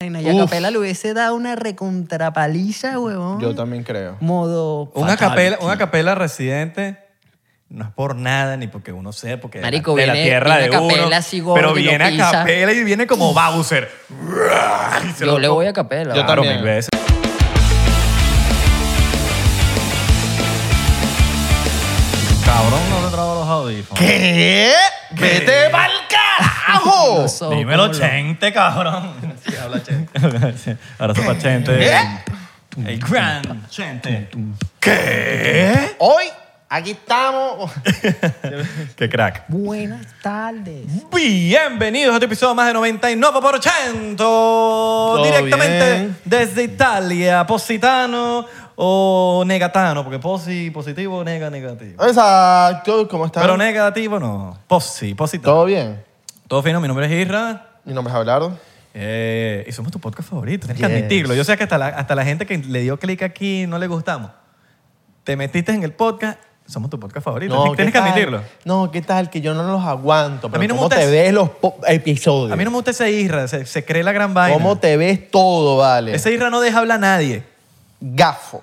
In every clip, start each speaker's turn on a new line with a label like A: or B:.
A: Uf.
B: Capela le hubiese dado una recontrapaliza, huevón.
A: Yo también creo.
B: Modo.
C: Un
B: fatal.
C: acapela, un acapela residente no es por nada ni porque uno sea, porque de la-
B: Marico,
C: de la
B: viene-
C: tierra
B: viene
C: de uno.
B: acapela así gordo
C: pero
B: y lo
C: viene a
B: pisa.
C: capela y viene como Bowser. Y se
B: Yo
C: lo
B: le voy a Capela.
A: Yo
B: huevón.
C: Claro,
A: también.
C: mil veces. Cabrón, no te trabo los audífonos.
A: ¿Qué? ¡Vete pa'l carajo!
B: Los ojos,
C: Dímelo,
B: ¿cómo lo-
C: Chente, cabrón. Sí, habla Chente. Abrazo para Chente. El gran Chente. ¿Qué?
A: Hoy, aquí estamos.
C: Qué crack.
B: Buenas tardes.
C: Bienvenidos a este episodio más de 99%. Directamente
A: bien.
C: desde Italia, Positano o Negatano, porque posi, positivo, nega, negativo.
A: Exacto, ¿cómo están?
C: Pero negativo no. Posi, positivo.
A: ¿Todo bien?
C: Todo fino, mi nombre es Isra.
A: Mi nombre es Abelardo.
C: Eh, y somos tu podcast favorito, tienes que
A: Yes.
C: admitirlo. Yo sé que hasta la, hasta la gente que le dio clic aquí no le gustamos. Te metiste en el podcast, somos tu podcast favorito,
A: ¿qué
C: tienes, tienes que
A: tal?
C: admitirlo.
A: No, ¿qué tal? Que yo no los aguanto. Pero
C: mí no me
A: ¿Cómo
C: gusta
A: te
C: eso.
A: ves los po- episodios?
C: A mí no me gusta ese Isra, se, se cree la gran vaina.
A: ¿Cómo te ves todo, vale?
C: Ese Isra no deja hablar a nadie.
A: Gafo.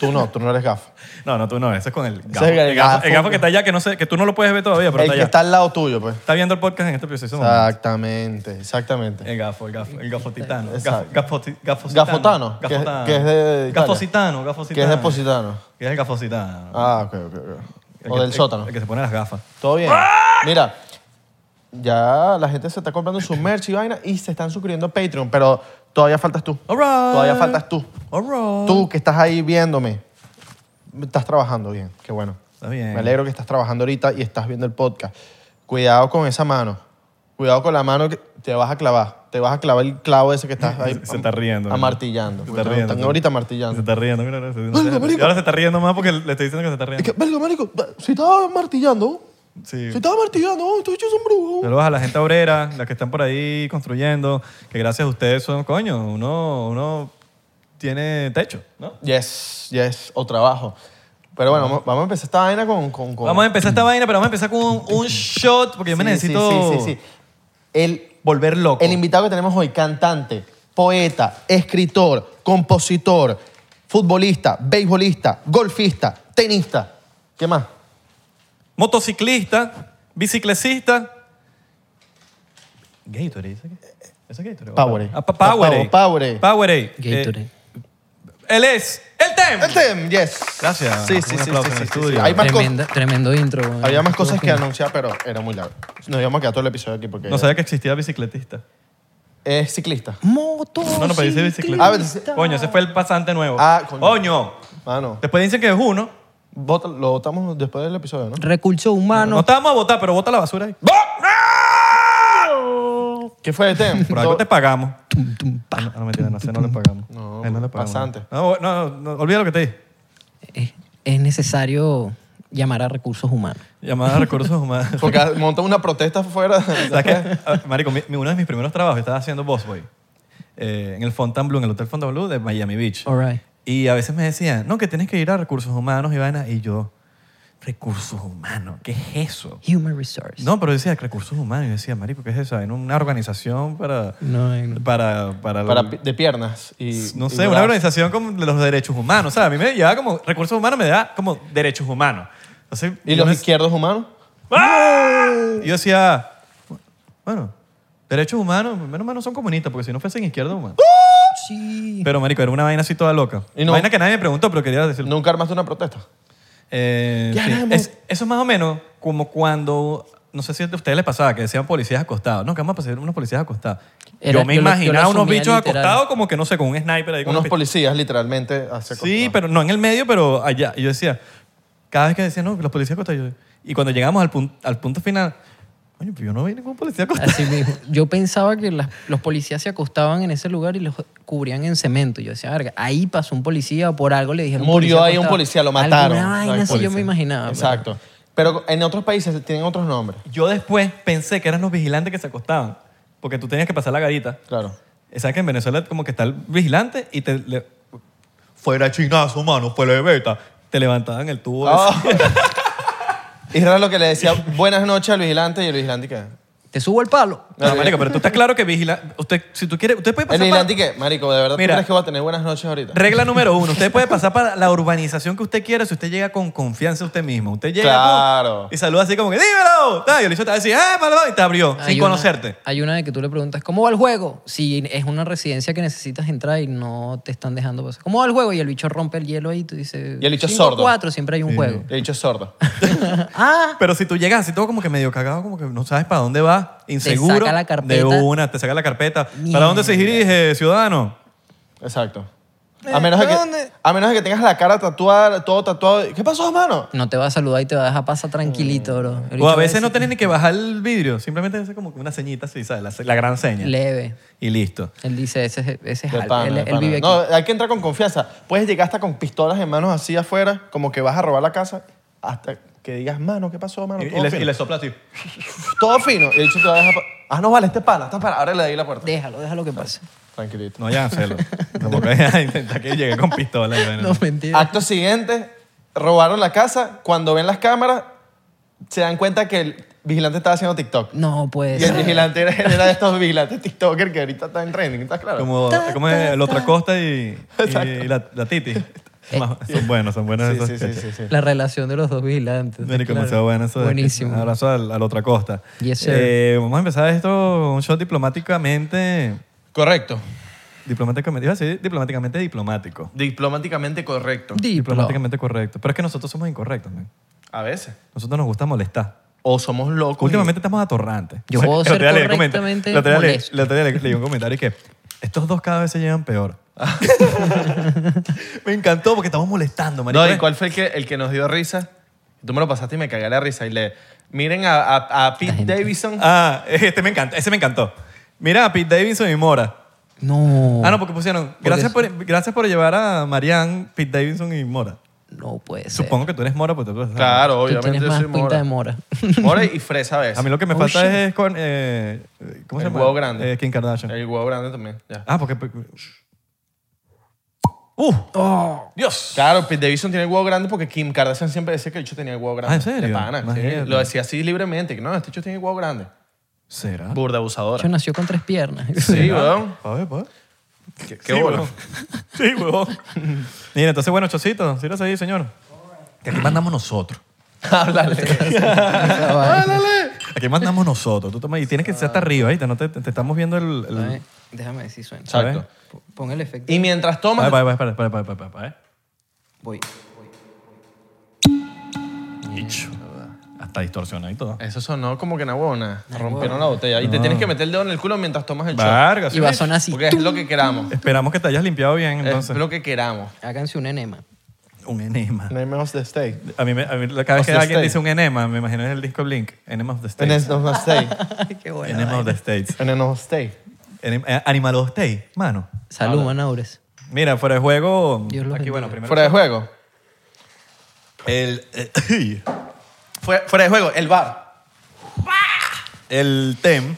A: Tú no, tú no eres gafo.
C: No, no, tú no, eso es con el gafo.
A: es el
C: el, gafo,
A: gafo.
C: el gafo que está allá, que, no sé, que tú no lo puedes ver todavía, pero
A: El
C: está
A: que
C: allá.
A: está al lado tuyo, pues.
C: Está viendo el podcast en este preciso momento. Eh,
A: Exactamente, exactamente.
C: El gafo, el gafo, el gafotitano.
A: Exacto.
C: Gafotitano.
A: Gafotano, que es-
C: Gafotano.
A: que es de Italia.
C: Gafositano, gafositano.
A: ¿Qué es de Positano?
C: Que es el gafositano.
A: Ah, ok, ok, ok.
C: El
A: O
C: que-
A: del
C: el-
A: sótano.
C: El que se pone las gafas.
A: Todo bien.
C: ¡Ah!
A: Mira, ya la gente se está comprando su merch y vaina y se están suscribiendo a Patreon, pero todavía faltas tú.
C: All right.
A: Todavía faltas tú.
C: All right.
A: Tú que estás ahí viéndome, estás trabajando bien, qué bueno.
C: Está bien.
A: Me alegro que estás trabajando ahorita y estás viendo el podcast. Cuidado con esa mano. Cuidado con la mano que te vas a clavar. Te vas a clavar el clavo ese que estás ahí.
C: Se está riendo. mira.
A: Amartillando.
C: Se está riendo.
A: Están ahorita
C: Se
A: amartillando.
C: está riendo, mira. mira, se-
A: Venga,
C: y
A: marico.
C: ahora se está riendo más porque le estoy diciendo que se está
A: Es
C: riendo.
A: que, verga, marico, si estaba martillando,
C: Sí.
A: si estaba martillando, estos hechos son brujos.
C: Saludos a la gente obrera, las que están por ahí construyendo, que gracias a ustedes son, coño, uno, uno tiene techo, ¿no?
A: Yes, yes, o trabajo. Pero bueno, vamos, vamos a empezar esta vaina con... con, con-
C: Vamos a empezar esta vaina, pero vamos a empezar con un, un shot porque yo me
A: Sí, sí,
C: necesito
A: Sí, sí, sí. El,
C: volver loco.
A: el invitado que tenemos hoy, cantante, poeta, escritor, compositor, futbolista, beisbolista, golfista, tenista. ¿Qué más?
C: Motociclista, bicicleta. Gatorade, ¿eso qué? ¿Eso es Gatorade?
A: Powerade.
C: Ah, pa- Powerade.
A: Pa- Powerade.
C: Powerade.
B: Gatorade.
C: Eh, él es el tema.
A: El TEM, yes.
C: Gracias.
A: Sí, sí,
C: Un
A: sí,
C: aplauso
A: sí,
C: en
A: sí,
C: el
A: sí,
C: estudio.
A: sí. Hay más cosas-
B: Tremenda- tremendo intro. huevón.
A: Había más cosas que
B: Todo
A: anunciar, pero era muy largo. Nos íbamos a quedar todo el episodio aquí porque
C: No sabía que existía bicicletista.
A: es ciclista.
B: junto. Motociclista.
C: No, no, pero dice
A: Ah,
C: bicicleta.
A: pero dice-
C: Coño, ese fue el pasante nuevo.
A: Ah, coño. Mano,
C: Después dicen que es uno.
A: Ah, vota- lo votamos después del episodio, Ah, ¿no?
B: Recursos
C: No,
B: humanos.
C: te vamos a votar, pero vota la basura ahí.
A: ¿Qué fue el TEM?
C: Por algo te pagamos.
B: Tum, tum, pa.
C: No, no, mentira, no, ese no le pagamos.
A: No,
C: A él no le pagamos.
A: pasante.
C: No, no, no, olvida lo que te dije.
B: Es, es necesario llamar a recursos humanos.
C: Llamada a recursos humanos.
A: Porque montó una protesta afuera.
C: ¿Sabes qué? Ah, Marico, mi- mi- uno de mis primeros trabajos, yo estaba haciendo Bossboy eh, en el Fontainebleau, en el Hotel Fontainebleau de Miami Beach.
B: All right.
C: Y a veces me decían, no, que tienes que ir a recursos humanos, Ivana. Y yo, recursos humanos, ¿qué es eso?
B: Human resource.
C: No, pero decía recursos humanos. Y yo decía, Marico, ¿qué es eso? En una organización para.
B: No, no.
C: Para. Para.
A: Para pi- de piernas. Y,
C: no
A: y
C: sé, una
A: brazos.
C: organización como de los derechos humanos. O sea, a mí me llevaba como. Recursos humanos me da como derechos humanos. Entonces,
A: ¿Y
C: yo
A: los
C: me-
A: izquierdos humanos?
C: ¡Ah! Y yo decía, bueno, derechos humanos, menos mal no son comunistas, porque si no fuesen izquierda humana.
B: Sí.
C: Pero, marico, era una vaina así toda loca.
A: ¡Uh! Y no-
C: Vaina que nadie me preguntó, pero quería decir.
A: ¿Nunca armaste una protesta?
C: Eh,
A: Ya
C: sí.
A: éramos-
C: Es- eso es más o menos como cuando, no sé si a ustedes les pasaba, que decían policías acostados. No, que vamos a pasar unos policías acostados.
B: Era-
C: yo me
B: yo lo- yo lo
C: imaginaba unos
B: asumía
C: bichos
B: literal.
C: acostados como que, no sé, con un sniper ahí. con
A: Unos
C: una pistola.
A: policías, literalmente. hace
C: Sí,
A: cosas.
C: pero no en el medio, pero allá. Y yo decía, cada vez que decían, no, que los policías acostados. yo- y cuando llegamos al, pun- al punto final, coño, pues yo no vi ningún policía acostado.
B: Así mismo. Yo pensaba que las- los policías se acostaban en ese lugar y los cubrían en cemento. Y yo decía, verga, ahí pasó un policía o por algo le dijeron.
A: Murió
B: policía
A: ahí un
B: acostado".
A: policía, lo mataron.
B: Alguna vaina
A: Ay,
B: así yo
A: policía.
B: me imaginaba. pues. pero-
A: Exacto. Pero en otros países tienen otros nombres.
C: Yo después pensé que eran los vigilantes que se acostaban, porque tú tenías que pasar la garita.
A: Claro.
C: ¿Sabes que en Venezuela como que está el vigilante y te... le- fuera chinazo, mano, fuera de beta. Te levantaban el tubo.
A: Ah.
C: ese.
A: Israel lo que le decía buenas noches al vigilante y el vigilante que.
B: Te subo el palo.
C: No, marico, pero tú estás claro que vigila... Usted, si tú quieres... Usted puede pasar
A: En
C: pa-
A: Islandia, ¿qué? Marico, ¿de verdad tú
C: Mira.
A: crees que voy a tener buenas noches ahorita?
C: Regla número uno, usted puede pasar para la urbanización que usted quiera si usted llega con confianza a usted mismo. Usted llega
A: Claro.
C: pum, y saluda así como que ¡Dímelo! Ta, Y Eliseo te va a decir ¡Eh, palo! Y te abrió
B: Hay
C: sin
B: una-
C: conocerte.
B: hay una de que tú le preguntas, ¿cómo va el juego? Si es una residencia que necesitas entrar y no te están dejando pasar. ¿Cómo va el juego? Y el bicho rompe el hielo ahí y tú dices...
A: Y el bicho es
B: "Cinco a
A: sordo".
B: cuatro, siempre hay un juego.
A: Le he dicho sordo.
B: ah,
C: Pero si tú llegas así todo como que medio cagado, como que no sabes para dónde vas, inseguro.
B: saca la carpeta.
C: De una, te saca la carpeta.
B: Mierda.
C: ¿Para dónde se dirige, ciudadano?
A: Exacto.
B: Eh,
A: A menos, de
B: ¿dónde?
A: que, a menos de que tengas la cara tatuada, todo tatuado. ¿Qué pasó, hermano?
B: no te va a saludar y te va a dejar pasar tranquilito, bro. El bicho
C: O
B: va
C: a veces
B: decir,
C: no tenés ni que bajar el vidrio, simplemente hace como que una ceñita así, ¿sabes? La, la gran seña.
B: Leve.
C: y listo.
B: Él dice, ese, es- ese es
A: De
B: Al.
A: pana,
B: él,
A: de
B: él
A: pana.
B: vive aquí.
A: No, hay que entrar con confianza. Puedes llegar hasta con pistolas en manos así afuera, como que vas a robar la casa, hasta que digas, mano, ¿qué pasó, mano?
C: Y, y
A: Todo
C: le,
A: fino.
C: y le sopla así.
A: Todo fino. Y el bicho te va a dejar pa- Ah, no, vale, este pana, está para. Ahora le di la puerta.
B: Déjalo, déjalo que pase.
A: Tranquilito.
C: No, ya, hacerlo. Tampoco vayan a intentar que llegue con pistola. y vaina.
B: No, mentira.
A: Acto siguiente, robaron la casa. Cuando ven las cámaras, se dan cuenta que el vigilante estaba haciendo TikTok.
B: No pues, puede
A: Y el
B: ser.
A: vigilante era, era de estos vigilantes TikToker que ahorita están en trending, ¿estás claro?
C: Como,
B: Ta,
C: como
B: ta,
C: el otro
B: ta.
C: Costa y, y, la, la Titi. Más- son buenos, son buenos
A: Sí,
C: esos.
A: sí, sí, sí, sí.
B: eh, La relación de los dos vigilantes.
C: Marico,
B: claro.
C: demasiado bueno eso. de aquí.
B: Buenísimo.
C: Un abrazo al, al otra costa.
B: Yes, sir.
C: Eh, vamos a empezar esto, un show diplomáticamente.
A: Correcto.
C: Diplomáticamente, iba a decir diplomáticamente diplomático.
A: Diplomáticamente correcto.
B: Diplo.
C: Diplomáticamente correcto. Pero es que nosotros somos incorrectos, man.
A: A veces.
C: Nosotros nos gusta molestar.
A: O somos locos.
C: Últimamente estamos atorrantes.
B: Yo puedo
C: El otro
B: ser
C: día leí un comentario-
B: correctamente
C: el otro día leí-
B: molesto.
C: el otro día le- leí un comentario y que estos dos cada vez se llevan peor. Me encantó porque estamos molestando,
A: y-
C: marico.
A: No, ¿y cuál fue el que, el que nos dio risa? Tú me lo pasaste y me cagué la risa. Y le, miren a, a, a Pete Davidson.
C: Ah, este me encanta, ese me encantó. Mira, a Pete Davidson y Mora.
B: No.
C: Ah, no, porque pusieron. Gracias por, gracias por llevar a Marianne, Pete Davidson y Mora.
B: No puede ser.
C: Supongo que tú eres Mora, pues tú eres-
A: claro,
B: Tú
A: obviamente
B: tienes
A: yo
B: más
A: soy
B: pinta
A: mora.
B: de mora.
A: Mora y fresa a veces.
C: A mí lo que me
B: Oh,
C: falta
B: shit.
C: es con. eh, ¿Cómo se
A: el
C: llama?
A: huevo grande.
C: Eh, Kim Kardashian.
A: El huevo grande también. ya.
C: Ah, porque. ¡Uh!
A: Dios. Claro, Pete Davidson tiene el huevo grande porque Kim Kardashian siempre decía que el bicho tenía el huevo grande.
C: Ah, ¿en serio?
A: De pana, sí.
C: Imagínate.
A: Lo decía así libremente. que No, este bicho tiene el huevo grande.
C: ¿Será?
A: Burda
B: Ah. Yo
A: abusadora.
B: nació con tres piernas.
A: Sí, weón.
C: A ver, pues.
A: Qué, qué
C: Sí,
A: bola.
C: huevón. Sí, huevón. Mira, entonces, bueno, Chocito, sírase ahí, señor. Que aquí mandamos nosotros.
A: Háblale.
C: Aquí mandamos nosotros. Tú toma, y tienes que ser hasta arriba, ¿viste? No te, te estamos viendo el. el-
B: Ay, Eh, Déjame decir suena.
A: Sa- Exacto.
B: P- Pon el efecto.
A: Y mientras tomas...
C: Vale, vale, vale, espera, espera, espera, espera, espera, espera.
B: Voy.
C: Icho. eh. Hasta distorsiona y todo.
A: Eso sonó como que una huevona. Rompieron la botella. Y te tienes que meter el dedo en el culo mientras tomas el shot.
C: Verga,
B: Y
C: sí.
B: va a sonar así.
A: Porque es lo que queramos.
C: Esperamos que te hayas limpiado bien,
A: Es
C: entonces.
A: lo que queramos.
B: Háganse un enema.
C: Un enema.
A: Name of the state.
C: A mí, me- a mí cada
A: Of
C: vez que
A: the
C: alguien
A: state.
C: dice un enema, me imagino es el disco Blink. Enema of the
A: En
C: States.
A: el of the state.
B: Ay, qué bueno.
C: Enema of the States.
A: En el of the state.
C: Enem- eh, Animal of the State, mano.
B: Salud, Manaures.
C: Mira, fuera de juego.
B: Dios los
C: aquí, bueno,
B: bendiga.
C: primero.
A: Fuera de juego.
C: El, eh,
A: Fuera, fuera de juego. El bar.
C: el TEM.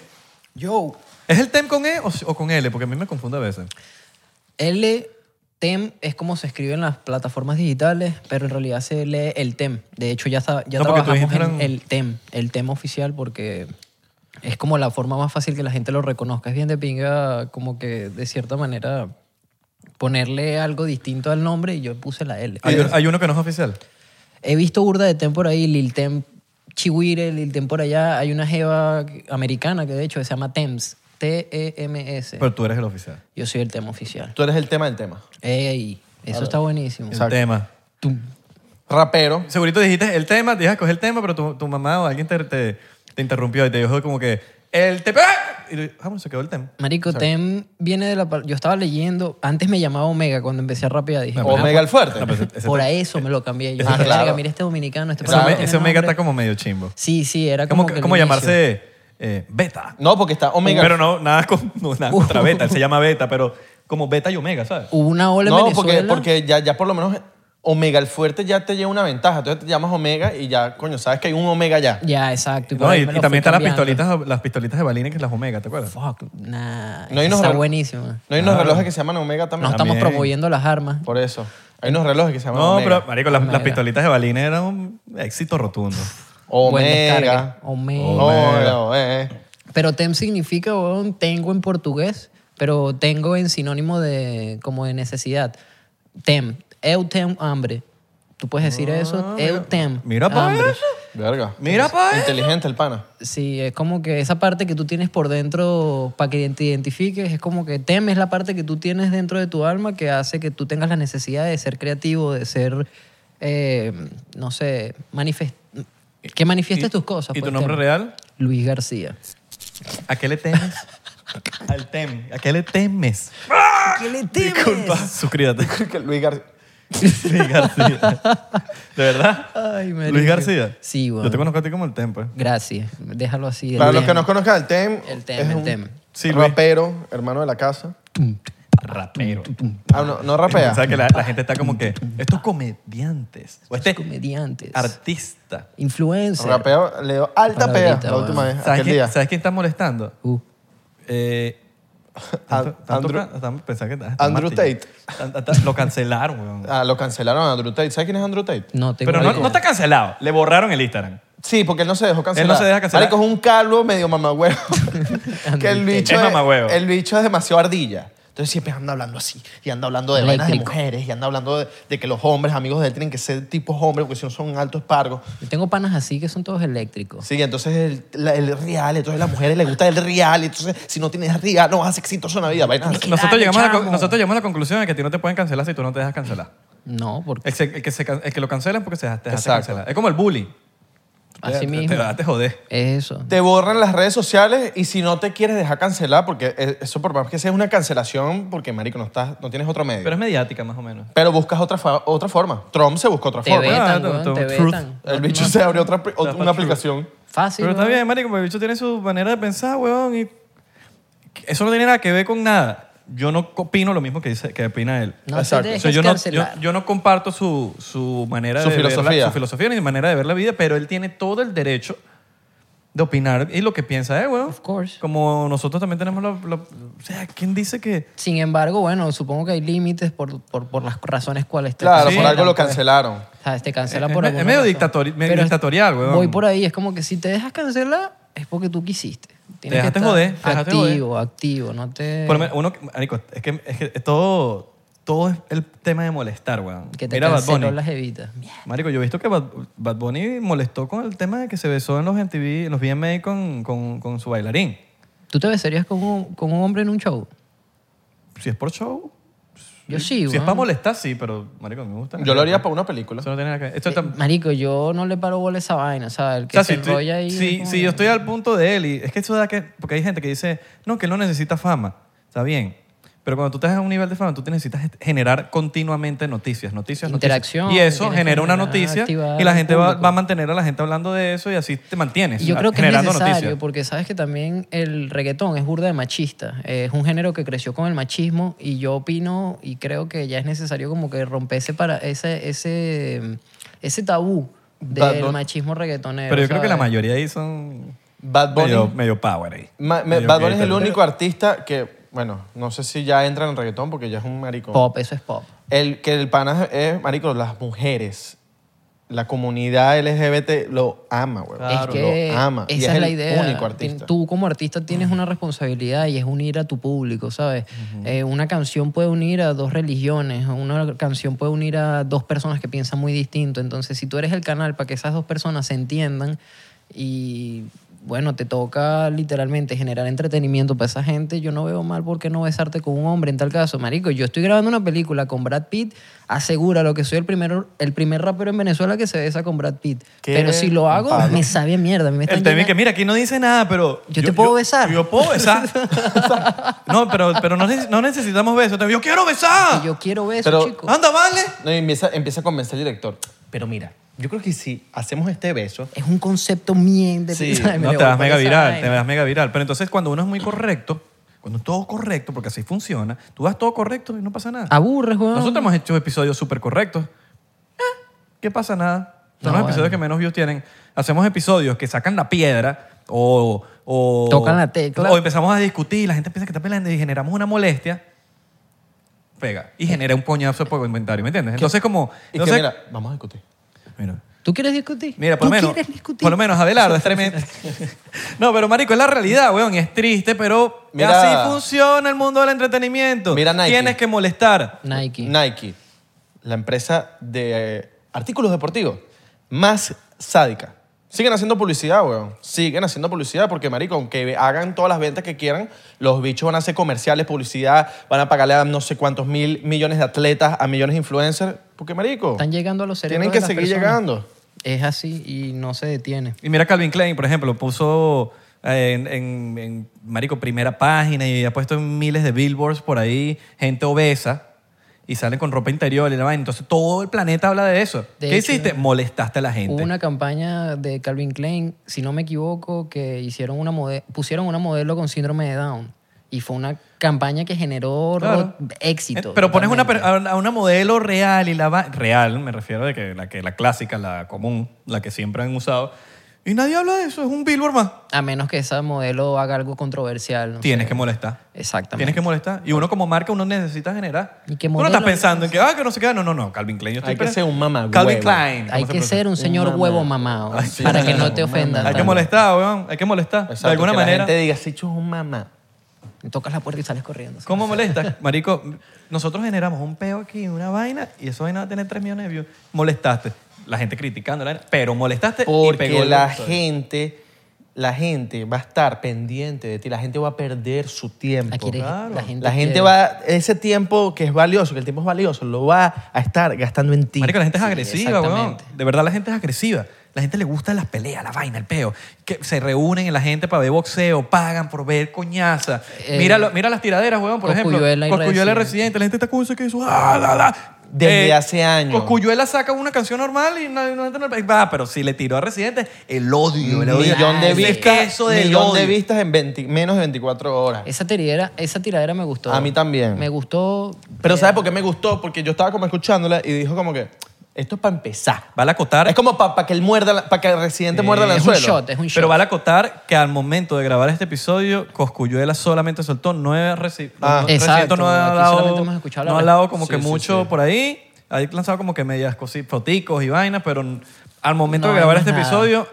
B: Yo.
C: ¿Es el TEM con E o, o con L? Porque a mí me confunde a veces.
B: L TEM es como se escribe en las plataformas digitales, pero en realidad se lee el TEM. De hecho, ya, sa- ya
C: No, porque tú
B: trabajamos
C: dijiste
B: en
C: eran-
B: el TEM, el TEM oficial, porque es como la forma más fácil que la gente lo reconozca. Es bien de pinga, como que de cierta manera ponerle algo distinto al nombre y yo puse la L.
C: Hay, hay uno que no es oficial.
B: He visto burda de TEM por ahí, Lil TEM Chihuire, Lil TEM por allá. Hay una jeva americana que de hecho se llama TEMS, T-E-M-S.
C: Pero tú eres el oficial.
B: Yo soy el TEM oficial.
A: Tú eres el tema del tema.
B: Ey, eso está buenísimo.
C: El
A: Exacto.
C: tema.
B: Tum.
A: Rapero.
C: Segurito dijiste el tema, te ibas a coger el tema, pero tu, tu mamá o alguien te, te, te interrumpió y te dijo como que el tema. Y le- ah, bueno, se quedó el tema.
B: Marico, TEM viene de la... pal- Yo estaba leyendo, antes me llamaba Omega cuando empecé a rapear, dije, "Oh,
C: No,
A: Omega el fuerte.
C: No, pero ese- ese-
B: por a eso me lo cambié. Yo
A: Ah,
B: dije,
A: claro.
B: "Verga, mira este dominicano, este
C: Ese,
B: pana
C: ome-
B: tiene
C: ese omega
B: nombre".
C: está como medio chimbo.
B: Sí, sí, era como
C: Como,
B: que el
C: como
B: inicio.
C: llamarse eh, beta.
A: No, porque está Omega.
C: Pero no, nada, con- no, nada contra
B: Uh.
C: beta. Él se llama beta, pero como beta y omega, ¿sabes?
B: Hubo una ola en
A: no,
B: Venezuela.
A: porque, porque ya, ya por lo menos Omega el fuerte ya te lleva una ventaja. Entonces te llamas Omega y ya, coño, sabes que hay un Omega ya.
B: Ya, exacto. por
C: No,
B: ahí
C: y,
B: me
C: y
B: lo
C: también
B: fui
C: están las
B: cambiando.
C: pistolitas, las pistolitas de balines que es las omega, ¿te acuerdas?
B: Fuck, nah.
A: No hay unos
B: está
A: rel-
B: buenísimo.
A: No hay unos
C: Ah.
A: relojes que se llaman Omega también.
B: No estamos
C: También.
B: promoviendo las armas.
A: Por eso. Hay unos relojes que se llaman
C: No,
A: Omega.
C: pero, marico, las, las pistolitas de balines eran un éxito rotundo.
B: Buen
A: Omega.
B: descargue. Omega.
A: Omega. eh.
B: Pero tem significa, weón, tengo en portugués, pero tengo en sinónimo de como de necesidad. Tem. Eu tem hambre. Tú puedes decir eso. Eu tem.
C: Ah, Mira pues. pa'
B: hambre.
C: eso.
A: Verga.
C: Mira, pues. pa'
A: Inteligente el pana.
B: Sí, es como que esa parte que tú tienes por dentro para que te identifiques, es como que temes la parte que tú tienes dentro de tu alma que hace que tú tengas la necesidad de ser creativo, de ser, eh, no sé, manifest que manifiestes
C: ¿Y-
B: tus cosas.
C: ¿Y tu
B: pues,
C: nombre
B: tem.
C: real?
B: Luis García.
C: ¿A qué le temes? Al tem. ¿A qué le temes?
B: ¿Qué le temes?
C: Disculpa. Suscríbete.
A: Luis García.
C: Luis García. ¿De verdad?
B: Ay, marico.
C: Luis García.
B: Sí, güey.
C: Yo te conozco a ti como el tem, pues.
B: Gracias. Déjalo así. el
A: Para los
B: tem.
A: que no conozcan, el TEM
B: El tem,
A: es
B: el
A: un
B: tem.
C: Sí, Luis.
A: rapero, hermano de la casa.
C: Rapero.
A: Ah, no, no rapea.
C: ¿Sabes que la, la gente está como que estos comediantes o este
B: comediantes,
C: artista?
B: influencers.
A: Rapeo, le dio alta pea
B: Palabrita,
A: la
B: weón.
A: última vez,
C: ¿Sabes
A: aquel día.
C: quién, ¿Sabes quién está molestando?
B: Uh,
C: Eh,
A: A-
C: tanto- tanto
A: Andrew-
C: ca- tan- pensaba que- tan
A: Andrew
C: martillo.
A: Tate.
C: Tan- tan- tan- Lo cancelaron, weón.
A: Ah, lo cancelaron a Andrew Tate. ¿Sabes quién es Andrew Tate?
B: no tengo
C: Pero no,
B: idea.
C: no está cancelado. Le borraron el Instagram.
A: Sí, porque él no se dejó cancelar.
C: se deja cancelar.
A: Marico es un calvo medio mamagüevo. que el bicho
C: Es
A: es,
C: mamagüevo.
A: El bicho es demasiado ardilla. Entonces siempre anda hablando así. Y anda hablando de vainas de
B: Eléctrico.
A: mujeres. Y anda hablando de, de que los hombres, amigos de él, tienen que ser tipos hombres porque si no son altos espargos.
B: Yo tengo panas así que son todos eléctricos.
A: Sí, entonces el, la- el real. Entonces a las mujeres les gusta el real. Entonces si no tienes real, no vas a ser exitoso en la vida. Vainas así.
C: Nosotros
B: dale,
C: llegamos, a la, con-
B: chamo.
C: nosotros llegamos a la conclusión de que a ti no te pueden cancelar si tú no te dejas cancelar.
B: No, porque
C: El, se- el que, se can- el que lo cancelan porque se deja- te dejaste
A: Exacto.
C: cancelar. Es como el bully.
B: así
C: te,
B: mismo.
C: Te, dejaste joder.
B: Es eso.
A: Te borran las redes sociales y si no te quieres dejar cancelar, porque eh, eso por más que sea una cancelación, porque marico, no, estás, no tienes otro medio.
C: Pero
A: Pero,
C: es mediática, más o menos.
A: buscas otra, fa- otra forma. Trump se busca otra
B: Te
A: forma.
C: Ah,
B: vetan,
C: no,
B: weón,
C: no,
B: te
C: truth.
B: vetan.
A: El
B: No,
A: bicho
B: no,
A: se abrió otra, apli-
C: Está
A: una
C: factura.
A: aplicación.
B: Fácil.
C: Pero está
B: weón.
C: bien, marico, porque el bicho tiene su manera de pensar, weón, y eso no tiene nada que ver con nada. Yo no opino lo mismo que, dice, que opina él.
B: No
A: Exacto.
B: te
A: O
B: dejes
C: O sea, yo, no, yo,
B: cancelar.
C: yo no comparto su, su manera
A: Su
C: de ver la-
A: filosofía.
C: su filosofía ni manera de ver la vida, pero él tiene todo el derecho de opinar y lo que piensa él, weón.
B: Of course.
C: Como nosotros también tenemos la, la- O sea, ¿quién dice que...?
B: Sin embargo, bueno, supongo que hay límites por, por, por las razones cuales te
A: Claro,
C: Sí.
A: por algo lo
B: cancelan, pues.
A: cancelaron.
B: O sea, te cancela
C: Es-
B: por
C: es-
B: alguna
C: es medio
B: razón.
C: dictatori- medio
B: Pero es-
C: dictatorial, weón.
B: Voy por ahí, es como que si te dejas cancelar es porque tú quisiste. Tienes
C: dejaste
B: que estar
C: joder, te dejaste joder.
B: activo, activo, no te
C: Por lo menos uno, que- marico, es que, es que todo, todo es el tema de molestar, weón.
B: que te
C: Mira a Bad
B: canceló
C: Bunny.
B: las evitas. Mierda.
C: Marico, yo he visto que Bad, Bad Bunny molestó con el tema de que se besó en los MTV, en los VMA con, con, con su bailarín.
B: ¿Tú te besarías con un, con un hombre en un show?
C: Si es por show.
B: Yo sí,
C: Si es
B: weón.
C: para molestar, sí, pero, marico, a mí me gusta.
A: Yo lo haría para una película.
C: Eso no tiene nada que ver. Esto
B: Eh,
C: tam-
B: Marico, yo no le paro bola a esa vaina, ¿sabes? El que
C: o sea,
B: se
C: si, tú-
B: enrolla ahí.
C: si-
B: es como
C: si
B: que-
C: yo estoy al punto de él, y es que eso da que. Porque hay gente que dice, no, que él no necesita fama. Está bien. Pero cuando tú estás en un nivel de fama, tú te necesitas generar continuamente noticias, noticias, noticias.
B: Interacción,
C: Y eso
B: tienes que
C: genera una
B: generar,
C: noticia
B: activar
C: y la
B: al
C: gente va,
B: público.
C: va a mantener a la gente hablando de eso y así te mantienes.
B: Y yo creo que es
C: generando
B: necesario
C: noticias.
B: porque sabes que también el reggaetón es burda de machista. Eh, Es un género que creció con el machismo y yo opino y creo que ya es necesario como que romper ese, para, ese, ese, ese tabú
A: Da-
B: del
A: no-
B: machismo reggaetonero.
C: Pero yo creo que la
B: ¿sabes?
C: mayoría ahí son
A: Bad Bunny,
C: medio, medio power ahí.
A: Ma- me-
C: Medio
A: Bad Bunny es el
C: gator.
A: único artista que, bueno, no sé si ya entra en el reggaetón porque ya es un marico.
B: Pop, eso es pop.
A: El que el pana es, marico, las mujeres, la comunidad LGBT lo ama, güey.
C: Claro,
B: es que
A: lo ama.
B: esa
A: y es,
B: es,
A: el
B: la idea.
A: único
B: Tien-
A: artista.
B: Tú como artista tienes una responsabilidad y es unir a tu público, ¿sabes? Eh, una canción puede unir a dos religiones, una canción puede unir a dos personas que piensan muy distinto. Entonces, si tú eres el canal para que esas dos personas se entiendan y bueno, te toca literalmente generar entretenimiento para esa gente. Yo no veo mal por qué no besarte con un hombre en tal caso. Marico, yo estoy grabando una película con Brad Pitt, asegura lo que soy el primero, el primer rapero en Venezuela que se besa con Brad Pitt.
A: Qué
B: Pero si lo hago,
A: palo.
B: me sabe a mierda. A mí me están
C: El tema es que,
B: llegando-
C: mira, aquí no dice nada, pero...
B: Yo te puedo besar.
C: Yo puedo besar. no, pero, pero no, neces- no necesitamos besos. Yo quiero besar.
B: Y yo quiero besos,
A: Pero- ¿ah?
B: chico.
C: Anda, vale.
A: No, y empieza, empieza a convencer al director. Pero mira, yo creo que si hacemos este beso,
B: Es un concepto mien de
A: Sí,
B: Me
C: No,
B: le
C: te
B: voy
C: vas
B: para
C: mega
B: esa
C: viral, te
B: vaina.
C: vas mega viral. Pero entonces cuando uno es muy correcto, cuando todo es correcto, porque así funciona, tú vas todo correcto y no pasa nada.
B: Aburres, weón.
C: Nosotros hemos hecho episodios súper correctos. Ah, ¿Qué pasa? Nada. Son
B: No,
C: los
B: bueno.
C: episodios que menos views tienen. Hacemos episodios que sacan la piedra o... o-
B: Tocan la tecla.
C: O empezamos a discutir, la gente piensa que está peleando y generamos una molestia. Pega. Y genera un coñazo por comentario, ¿me entiendes? Entonces como...
A: y que
C: entonces-
A: mira, vamos a discutir.
C: Mira,
B: ¿Tú quieres discutir?
C: Mira, por
B: ¿Tú
C: lo menos,
B: quieres discutir?
C: por lo menos Abelardo es tremendo. No, pero marico, es la realidad, weón, y es triste, pero
A: Mira-
C: así funciona el mundo del entretenimiento.
A: Mira Nike.
C: Tienes que molestar.
B: Nike.
A: Nike, la empresa de eh, artículos deportivos más sádica. Siguen haciendo publicidad, weón. Siguen haciendo publicidad porque, marico, aunque hagan todas las ventas que quieran, los bichos van a hacer comerciales, publicidad, van a pagarle a no sé cuántos mil millones de atletas, a millones de influencers. Porque, marico,
B: Están llegando a los cerebros
A: tienen que
B: de las
A: seguir
B: personas.
A: llegando.
B: Es así y no se detiene.
C: Y mira Calvin Klein, por ejemplo, puso eh, en, en- en, marico, primera página y ha puesto en miles de billboards por ahí, gente obesa, y salen con ropa interior y la vaina. Entonces todo el planeta habla de eso.
B: De
C: ¿Qué
B: hecho,
C: hiciste? Molestaste a la gente.
B: Hubo una campaña de Calvin Klein, si no me equivoco, que hicieron una mode- pusieron una modelo con síndrome de Down. Y fue una campaña que generó
C: Claro.
B: ro- éxito.
C: Eh, Pero pones una, per-
B: totalmente.
C: a a una modelo real y la va- real, me refiero de que la que la clásica, la común, la que siempre han usado, y nadie habla de eso, es un billboard más.
B: A menos que esa modelo haga algo controversial. ¿no?
C: Tienes que molestar.
B: Exactamente.
C: Tienes que molestar. Y uno como marca, uno necesita generar.
B: Y que
C: Tú no estás
B: modelo-
C: pensando en que, ah, que no se queda. No, no, no. Calvin Klein. Yo estoy
A: Hay que
C: pre-
A: ser un mamagüevo.
C: Calvin Klein.
B: Hay
C: ¿cómo se
B: que
C: pronuncia?
B: ser un señor
A: mamá.
B: huevo mamado
C: Ay, sí.
B: para que no te
A: Un
B: ofendas.
A: mamá.
C: Hay que
B: tanto.
C: molestar, weón. Hay que molestar.
A: Exacto,
C: de alguna
A: que
C: manera.
A: La gente diga, sí, es un mamá.
B: Tocas la puerta y sales corriendo. ¿sí?
C: ¿Cómo molestas? Marico, nosotros generamos un peo aquí, una vaina, y eso vaina va a tener 3 millones de views. Molestaste. La gente criticando, la vaina, pero molestaste y pegó
A: Porque
C: el
A: la
C: gusto.
A: gente, la gente va a estar pendiente de ti, la gente va a perder su tiempo.
B: Aquí eres-
C: claro.
B: la gente,
A: la gente
B: quiere-
A: va, ese tiempo que es valioso, que el tiempo es valioso, lo va a estar gastando en ti.
C: Marico, la gente es
B: Sí,
C: agresiva, weón.
B: exactamente.
C: De verdad, la gente es agresiva. La gente le gustan las peleas, la vaina, el peo. Que se reúnen en la gente para ver boxeo, pagan por ver coñaza.
B: Eh,
C: mira, lo- mira las tiraderas, weón, por ejemplo.
B: Cosculluela y
C: Cosculluela
B: Residente.
C: Residente. La gente está con eso que eso. ah, la, la. Eh,
A: Desde hace años.
C: Cosculluela saca una canción normal y no, no, no- va, pero si le tiró a Residente, el odio, el odio.
A: millón de
C: Ese
A: vistas,
C: queso del
A: millón de
C: odio.
A: vistas en 20 menos de 24 horas.
B: Esa tiradera, esa tiradera me gustó.
A: A mí también.
B: Me gustó.
A: Pero ¿sabes por qué me gustó? Porque yo estaba como escuchándola y dijo como que, esto es para empezar.
C: Vale acotar.
A: Es como para que él muerda, para que el residente
C: Sí.
A: muerda el
B: Es un
A: anzuelo.
B: shot, es un shot.
C: Pero vale acotar que al momento de grabar este episodio, Coscuyuela solamente soltó nueve recitos.
A: Ah.
B: Exacto,
C: no ha
B: aquí
C: hablado,
B: solamente hemos escuchado la
C: no ha
B: re-
C: hablado como
A: Sí,
C: que
A: sí,
C: mucho
A: sí.
C: por ahí. Ha lanzado como que medias cositas, foticos y vainas, pero n- al momento
B: No,
C: de grabar
B: no
C: este
B: es nada.
C: episodio,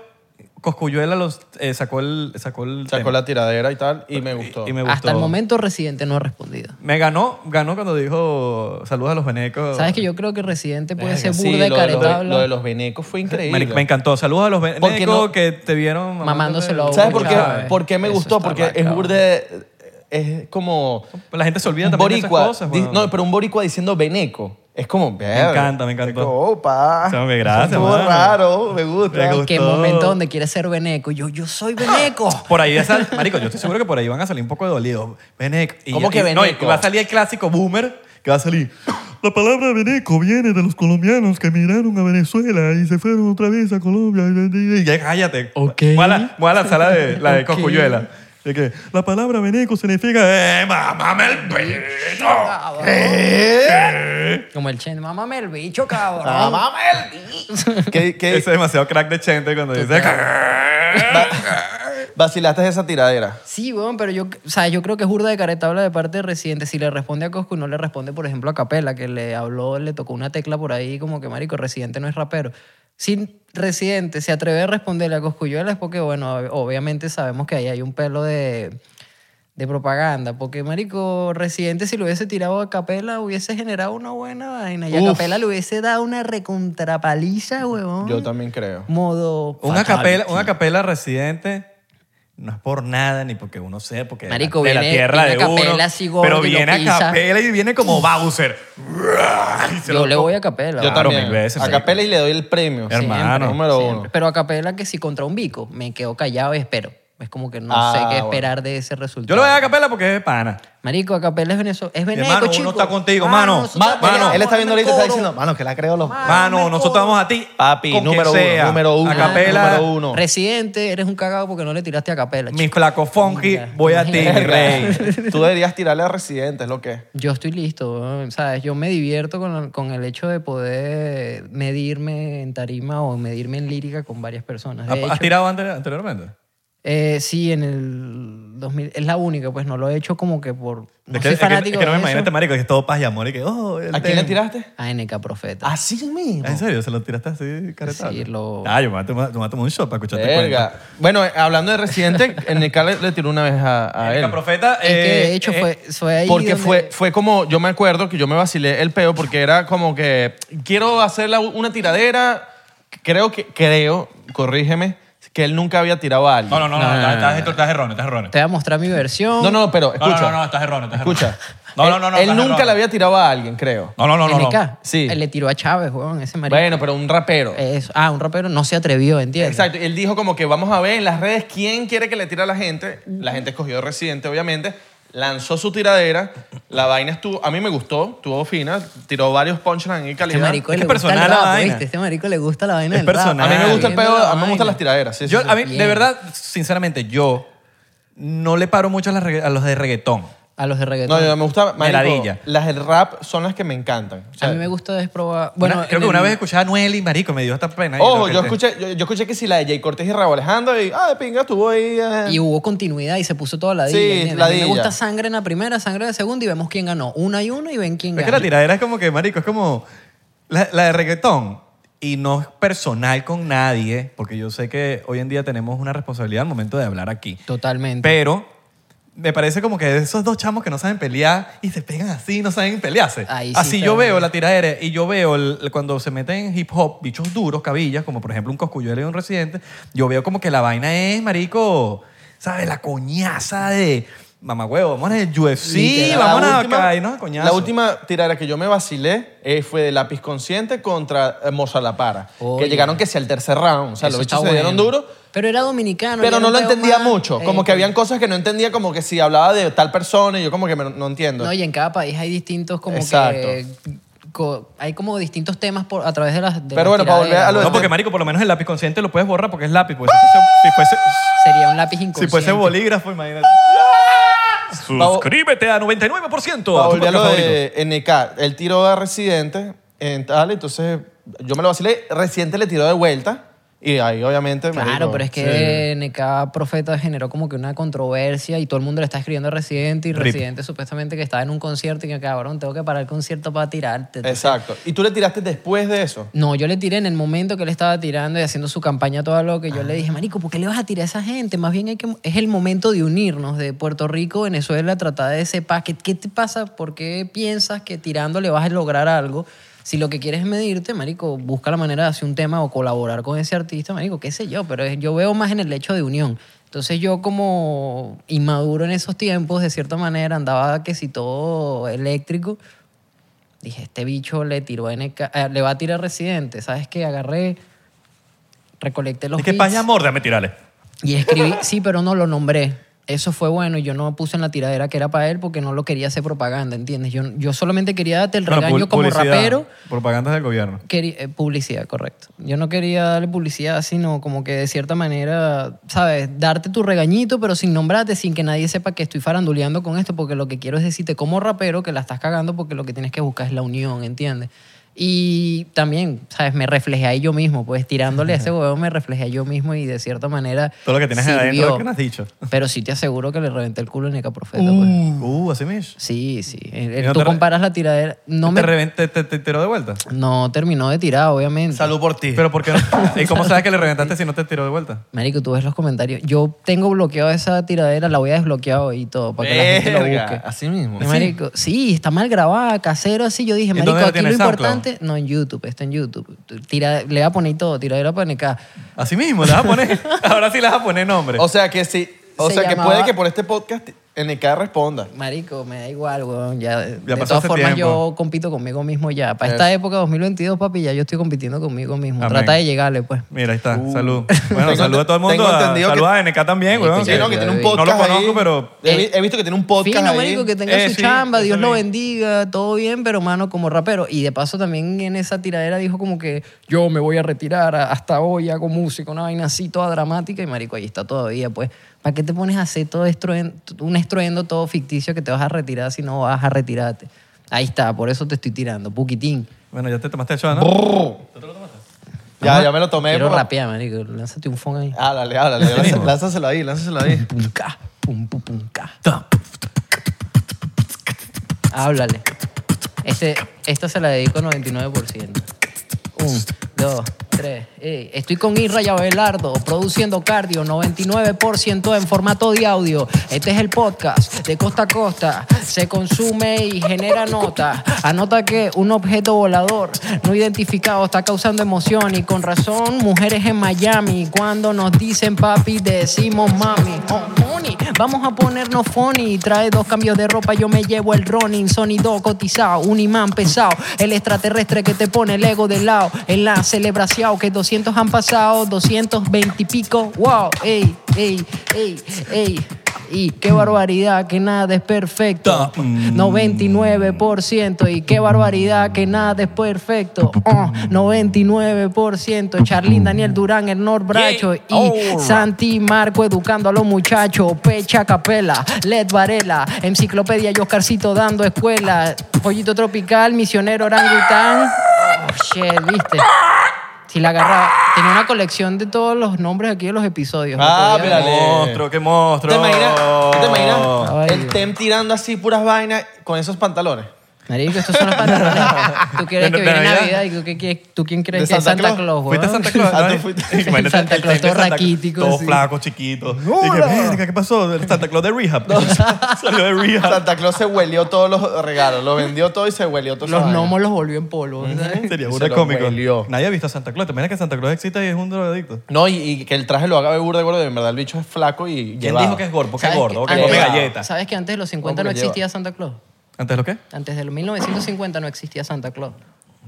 C: Coscuyuela los, eh, sacó el sacó el
A: Sacó
C: tema.
A: la tiradera y tal y me gustó.
C: Y me gustó.
B: Hasta el momento Residente no ha respondido.
C: Me ganó, ganó cuando dijo saludos a los venecos.
B: ¿Sabes que yo creo que Residente puede
A: Verga,
B: ser
A: sí,
B: burda y
A: lo de los- Lo de
B: caretabla?
A: los venecos fue
C: Me,
A: increíble.
C: me encantó. Saludos a los venecos
A: Porque no-
C: que te vieron
B: Mamándoselo a
A: ¿Sabes por qué,
B: Chávez.
A: por qué me
B: eh. Eso
A: gustó?
B: está
A: Porque
B: vaca,
A: es
B: weón.
A: burde, es como
C: La gente se olvida
A: un
C: también de esas
A: boricua.
C: cosas.
A: di-
C: weón.
A: no, pero un boricua diciendo veneco. Es como,
C: encanta, me encantó.
A: Opa.
C: O sea, me gracias,
A: Estuvo
C: mano.
A: raro, me gusta.
C: Me gusta.
B: Que
C: gustó.
B: momento donde quiere ser veneco. Yo, yo soy veneco.
C: Por ahí, esa, marico, yo estoy seguro que por ahí van a salir un poco de dolidos. Veneco. Y-
A: ¿Cómo que
C: y- no, y
A: veneco?
C: va a salir el clásico boomer que va a salir.
D: La palabra veneco viene de los colombianos que emigraron a Venezuela y se fueron otra vez a Colombia.
C: Y ya cállate.
B: Ok.
C: Voy a la, voy a la sala de, la de
B: Ok.
C: Cosculluela.
D: De que la palabra veneco significa, eh, mamame el pelo.
B: Cabrón. Como el chen, mámame el bicho, cabrón.
A: Ah, mamá, el- ¿Qué- qué-
C: Ese es demasiado crack de Chente cuando dice. "Ah".
A: vacilaste esa tiradera.
B: Sí, weón, pero yo, o sea, yo creo que es burda de careta habla de parte de Residente. Si le responde a Coscu y no le responde, por ejemplo, a Capela, que le habló, le tocó una tecla por ahí, como que marico, Residente no es rapero. Si Residente se atreve a responderle a Coscuyuela es porque, bueno, ob- obviamente sabemos que ahí hay un pelo de, de propaganda. Porque, marico, Residente, si lo hubiese tirado a Capela, hubiese generado una buena vaina. Y a
A: Uf.
B: Capela le hubiese dado una recontrapaliza, weón.
A: Yo también creo.
B: Modo.
C: Una
B: fatal.
C: capela, una capela residente no es por nada ni porque uno sea, porque de la-
B: Marico,
C: de, la
B: viene-
C: tierra
B: viene
C: de uno.
B: Capela así gordo
C: pero
B: y lo
C: viene a
B: pisa.
C: capela y viene como Bowser. Y se
B: Yo
C: lo-
B: le voy a Capela.
A: Yo
B: weón.
C: Claro,
A: también.
C: mil veces,
A: a
C: marico.
A: Capela y le doy el premio.
C: Hermano.
A: Número
B: Siempre.
A: uno.
B: Pero a capela que si contra un bico, me quedo callado y espero. Es como que no
A: Ah,
B: sé qué
A: bueno.
B: esperar de ese resultado.
C: Yo le voy a capela porque es pana.
B: Marico, a capela es Venezuela. Es veneco,
C: Hermano, uno
B: chico.
C: está contigo,
B: Mano,
C: mano.
B: nosotros
A: Ma-
C: Mano.
B: peleamos
A: él está
B: en
A: viendo
B: el
A: ahorita está
B: coro.
A: diciendo, mano, que la creo los.
B: Mano,
C: Mano,
B: Mercoro.
C: nosotros vamos a ti.
A: Papi,
C: con quien
A: número uno,
C: sea.
A: número uno,
C: A capela,
A: número uno.
B: Ah, Residente, eres un cagado porque no le tiraste a capela.
C: mi
B: chico.
C: flaco funky,
B: Mira,
C: voy a ti, mi
B: imagínate.
C: rey.
A: Tú deberías tirarle a residentes, lo que es.
B: Yo estoy listo, weón. ¿sabes? Yo me divierto con, con el hecho de poder medirme en tarima o medirme en lírica con varias personas. De
C: ¿Has
B: hecho,
C: tirado anteri- anteriormente?
B: Eh, sí, en el 2000. Es la única, pues no lo he hecho como que por. No
C: De que-
B: soy
C: es que-
B: fanático.
C: es que no me
B: de
C: imagino
B: eso.
C: este marico que es todo paz y amor y que, oh, el
A: ¿A quién
C: tema.
A: le tiraste?
B: A NK Ah, Profeta.
A: Así mismo.
C: ¿En serio? ¿Se lo tiraste así, caretado?
B: Sí, lo-
C: Ah, yo me voy a tomar, me voy a tomar un shot para escucharte
A: Verga. Bueno, eh, hablando de Residente, Enrique le, le tiró una vez a, a él.
C: La profeta.
B: es que
C: eh,
B: de hecho
C: eh,
B: fue, fue ahí.
A: Porque
B: donde-
A: fue, fue como, yo me acuerdo que yo me vacilé el peo porque era como que quiero hacer la- una tiradera. Creo que, creo, corrígeme, que él nunca había tirado a alguien.
E: No, no, no, no,
B: No, no,
E: estás-
B: no, no.
E: estás, estás erróneo, estás erróneo.
B: Te voy a mostrar mi versión.
A: No, no, pero
E: No,
A: escucha.
E: no, no, no, estás erróneo, estás erróneo.
A: Escucha.
E: No,
A: Él-
E: no, no, no.
A: Él,
E: estás
A: nunca
E: erróneo.
A: le había tirado a alguien, creo.
E: No, no, no, no. no.
B: NK.
A: Sí.
B: Él le tiró a Chávez, weón, ese marico.
A: Bueno, pero un rapero.
B: Eso. Ah, un rapero no se atrevió, ¿entiendes?
A: Exacto, y él dijo como que vamos a ver en las redes quién quiere que le tire a la gente. La gente escogió Residente, obviamente. Lanzó su tiradera. La vaina estuvo, a mí me gustó, estuvo fina. Tiró varios punchlines en
B: Este
A: calidad.
B: marico
C: Es que
B: le gusta el
C: personal la
B: rap,
C: vaina.
B: ¿viste? Este marico le gusta la vaina
C: Es
B: del rap. Ah,
A: a
C: personal.
A: mí me gusta el
B: Viendo
A: pedo,
B: la
A: a mí me gustan
B: vaina.
A: las tiraderas. sí, sí,
C: Yo,
A: sí.
C: a mí, de
B: Bien.
C: verdad, sinceramente, yo no le paro mucho a, las regga- a los de reggaetón.
B: A los de reggaetón.
A: No, yo me gusta, marico,
C: Meladilla.
A: las del rap son las que me encantan. O sea,
B: a mí me gusta desprobar. Bueno,
C: Una- creo
B: en
C: que una
B: el-
C: vez escuché a Noel y Marico, me dio esta pena. y lo
A: Ojo,
C: que
A: yo
C: te-
A: escuché, yo, yo escuché que si la de Jay Cortés y Raúl Alejandro y, ah, de pinga, estuvo ahí. eh.
B: Y hubo continuidad y se puso toda la
A: Sí,
B: A mí me
A: ladilla.
B: gusta sangre en la primera, sangre en la segunda y vemos quién ganó. Una y una y ven quién
C: Es que
B: gana.
C: la tiradera es como que, marico, es como la, la de reggaetón y no es personal con nadie, porque yo sé que hoy en día tenemos una responsabilidad al momento de hablar aquí.
B: Totalmente.
C: Pero me parece como que esos dos chamos que no saben pelear y se pegan así, no saben pelearse.
B: Ahí sí
C: así
B: está
C: yo veo
B: bien.
C: la tiradera y yo veo el- cuando se meten en hip hop, bichos duros, cabillas, como por ejemplo un coscuyuelo y un residente, yo veo como que la vaina es, marico, ¿sabes? La coñaza de... Mamá huevo, vamos al UFC,
B: Literal. Ah,
C: vamos
A: La
C: a
A: última-
C: caernos a coñazo.
A: La última tirada que yo me vacilé eh, fue de Lápiz Consciente contra eh, Moza La Para.
B: Oye.
A: que llegaron que si al tercer round. O sea,
B: Eso
A: los
B: está
A: bichos se dieron
B: bueno.
A: duro.
B: Pero era dominicano.
A: Pero
B: ya
A: no lo
B: veo
A: entendía
B: más.
A: mucho. Como
B: Eh,
A: que habían cosas que no entendía, como que si hablaba de tal persona y yo como que me- no entiendo.
B: No, y en cada país hay distintos como que...
A: Exacto.
B: co- hay como distintos temas por, a través de las... de
A: Pero
B: las
A: bueno, para volver a
B: tiraderas,
A: lo de-
C: No, porque marico, por lo menos el lápiz consciente lo puedes borrar porque es lápiz. porque si fuese- si fuese,
B: ¿no? Sería un lápiz
C: si
B: inconsciente.
C: fuese bolígrafo, imagínate. Suscríbete a 99%.
A: Para
C: a tu
A: volver a lo
C: podcast favorito.
A: de NK, él tiró a Residente en tal, entonces yo me lo vacilé. Residente le tiró de vuelta y ahí obviamente...
B: Claro,
A: marico,
B: pero es que NK Profeta generó como que una controversia y todo el mundo le está escribiendo a Residente y
C: Rip.
B: Residente supuestamente que estaba en un concierto y que cabrón, tengo que parar el concierto para tirarte. Entonces,
A: Exacto. ¿Y tú le tiraste después de eso?
B: No, yo le tiré en el momento que él estaba tirando y haciendo su campaña toda lo que yo le dije, marico, ¿por qué le vas a tirar a esa gente? Más bien hay que, es el momento de unirnos de Puerto Rico, Venezuela, tratar de ese paz. ¿Qué, qué te pasa? ¿Por qué piensas que tirándole vas a lograr algo? Si lo que quieres es medirte, marico, busca la manera de hacer un tema o colaborar con ese artista, marico, qué sé yo, pero es- yo veo más en el hecho de unión. Entonces yo como inmaduro en esos tiempos, de cierta manera, andaba que si todo eléctrico, Dije, este bicho le tiró a NK, eh, le va a tirar Residente. ¿Sabes qué? Agarré, recolecté los
C: Es que
B: beats
C: paz y amor, déjame tirarle.
B: y escribí, sí, pero no lo nombré. Eso fue bueno y yo no puse en la tiradera que era para él porque no lo quería hacer propaganda, ¿entiendes? Yo, yo solamente quería darte el
C: Bueno,
B: regaño
C: pu-
B: como
C: publicidad,
B: rapero.
C: Propagandas del gobierno.
B: Quería- eh, publicidad, correcto. Yo no quería darle publicidad, sino como que de cierta manera, ¿sabes? Darte tu regañito, pero sin nombrarte, sin que nadie sepa que estoy faranduleando con esto, porque lo que quiero es decirte como rapero que la estás cagando, porque lo que tienes que buscar es la unión, ¿entiendes? Y también, ¿sabes? Me reflejé ahí yo mismo, pues tirándole a ese huevo me reflejé yo mismo y de cierta manera.
C: Todo lo que tienes
B: sirvió.
C: adentro que no has dicho.
B: Pero sí te aseguro que le reventé el culo en Neca Profeta, pues.
C: Uh, así mismo.
B: Sí, sí. El-
C: no
B: tú
C: te re-
B: comparas la tiradera. No,
C: te,
B: me,
C: reven- te, te- te tiró de vuelta.
B: no terminó de tirar, obviamente.
A: Salud por ti.
C: Pero ¿por qué no? ¿Y cómo sabes que le reventaste si no te tiró de vuelta?
B: Marico, tú ves los comentarios. Yo tengo bloqueado esa tiradera, la voy a desbloquear hoy y todo, para que la gente lo
A: Verga,
B: busque.
A: Así mismo.
B: No, Marico, sí, está mal grabada, casero, así. Yo dije,
C: ¿Y
B: marico,
C: dónde la
B: aquí lo
C: tienes, SoundCloud?
B: importante... No, en YouTube, está en YouTube. Tira, le voy a poner todo, tiradera para NK.
C: Así mismo, le vas a poner. ahora sí le vas a poner nombre.
A: O sea que sí. O
B: Se
A: sea que
B: llamaba-
A: puede que por este podcast NK responda.
B: Marico, me da igual, weón. Ya, de
C: pasó
B: todas
C: ese
B: formas,
C: tiempo.
B: yo compito conmigo mismo ya. Para esta época 2022, papi, ya yo estoy compitiendo conmigo mismo.
C: Amén.
B: Trata de llegarle, pues.
C: Mira, ahí está.
A: Uh.
C: Salud.
A: Tengo
C: Bueno, salud a todo el mundo.
A: tengo
C: a-
A: entendido
C: Salud
A: que-
C: a NK también,
B: Sí,
C: weón.
B: que
A: Sí, no, que tiene un
B: yo
A: podcast.
C: Ah, No lo conozco,
A: ahí.
C: pero.
A: He, vi- he visto que tiene un podcast.
B: Eh, Fino,
A: ahí.
B: marico, que tenga
C: Eh,
B: su
C: sí,
B: chamba,
C: eso
B: Dios lo
C: mismo.
B: bendiga, todo bien, pero mano, como rapero. Y de paso también en esa tiradera dijo como que yo me voy a retirar a- hasta hoy, hago música, una vaina así toda dramática. Y marico, ahí está todavía, pues. ¿Para qué te pones a hacer todo estruen- un estruendo todo ficticio que te vas a retirar si no vas a retirarte? Ahí está, por eso te estoy tirando, Puquitín.
C: Bueno, ya te tomaste el shot, ¿no?
A: Brrr. Ya, ya me lo tomé.
B: Quiero
A: por-
B: rapear, marico. Lánzate un phone ahí.
A: Álale, álale. lánz- Lánzaselo ahí, lánzaselo ahí.
B: Pum, ca, pum, pum, pum, ca. Háblale. Este, esta se la dedico 99%. Un, dos, tres. Ey, Estoy con Irra y Abelardo, produciendo cardio 99% en formato de audio. Este es el podcast de costa a costa. Se consume y genera nota. Anota que un objeto volador no identificado está causando emoción y con razón mujeres en Miami. Cuando nos dicen papi, decimos mami. Oh, money. Vamos a ponernos funny. Trae dos cambios de ropa, yo me llevo el running. Sonido cotizado, un imán pesado. El extraterrestre que te pone el ego de lado. En la celebración que 200 han pasado, 220 y pico. Wow, ey, ey, ey, ey. Y qué barbaridad que nada es perfecto. 99% y qué barbaridad que nada es perfecto. Oh, 99%. Charlín, Daniel Durán, el Nord Bracho y Santi Marco educando a los muchachos. Pecha Capela, Led Varela, Enciclopedia y Oscarcito dando escuela. Pollito Tropical, Misionero Orangután. Oh, shit, viste. Si la agarraba. Tenía una colección de todos los nombres aquí de los episodios.
C: Ah,
B: no podía ver.
A: Háblale.
C: monstruo, qué
A: ¿Tú
C: monstruo.
A: te imaginas, tú te
B: Ay,
A: imaginas el
B: Dios.
A: Tem tirando así puras vainas con esos pantalones?
B: Marico, estos son los pantalones. Tú quieres
C: ¿De-
B: que
C: de
B: viene
C: Navidad?
B: Navidad y tú, qué quieres- tú quién crees
A: ¿De
B: que es
A: Santa
B: Santa Claus,
A: Claus?
C: Fuiste a
B: weón?
C: Santa Claus.
A: Ah,
C: ¿no?
A: tú fuiste.
C: Imagínate
B: Santa
C: el
B: Claus
C: tren de
B: todo
C: Santa-
B: raquítico,
C: Todo
B: así.
C: flaco, chiquito.
A: Hola.
C: Dije, verga, ¿qué pasó? El Santa Claus de Rehab. Salió de Rehab.
A: Santa Claus se huelió todos los regalos, lo vendió todo y se huelió todo.
B: Los gnomos los volvió en polvo. ¿sabes?
C: Sería
A: Se
C: burda
A: lo
C: cómico.
A: huelió.
C: Nadie ha visto a Santa Claus. ¿Te imaginas que Santa Claus existe y es un drogadicto?
A: No, y, y que el traje lo haga de burda, gordo. En verdad, el bicho es flaco y
C: ¿Quién
A: llevado.
C: dijo que es gordo? Porque es
B: ¿Sabes
C: gordo,
B: que-
C: que come
A: Ah,
C: galletas.
B: ¿Sabes que antes de los 50
A: Vamos
B: no
A: que lleva.
B: existía Santa Claus?
C: ¿Antes lo qué?
B: Antes de los 1950 no existía Santa Claus.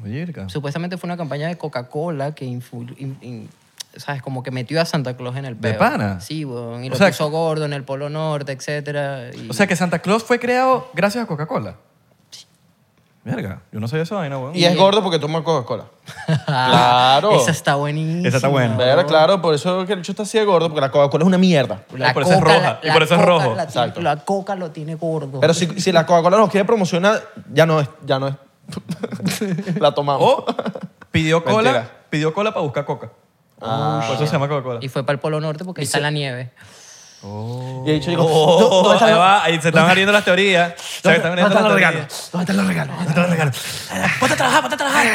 C: Virga.
B: Supuestamente fue una campaña de Coca-Cola que influ- in- in- ¿sabes? Como que metió a Santa Claus en el
C: ¿De
B: peo.
C: pana?
B: Sí, weón. Y
C: O
B: lo
C: sea-
B: puso gordo en el Polo Norte, etcétera. y-
C: O sea que Santa Claus fue creado gracias a Coca-Cola. Verga, yo no sabía esa vaina, weón.
A: Y es gordo porque toma Coca-Cola. claro.
B: Ah, Esa está buenísima.
C: Esa está buena.
A: Verga, claro, por eso que el bicho está así de gordo, porque la Coca-Cola es una mierda.
C: Y por eso es roja, y por eso es
B: coca
C: rojo.
B: La, tiene-
A: Exacto.
B: la coca lo tiene gordo.
A: Pero si, si la Coca-Cola nos quiere promocionar, ya no es. Ya no es. la tomamos.
C: O pidió cola,
A: Mentira.
C: pidió cola para buscar coca.
A: Ah, pues,
C: Por eso se llama Coca-Cola.
B: Y fue para el Polo Norte porque ahí está la nieve.
A: Y el bicho dijo,
C: Oh,
A: "¿Dó- ¿dónde están
C: ahí
A: los-
C: va, ahí se están abriendo las teorías. Se están
A: dónde
C: abriendo
A: están los
C: las teorías.
A: regalos? ¿Dónde están los regalos? ¿Dónde están los regalos?
C: Ponte a trabajar, ponte a trabajar.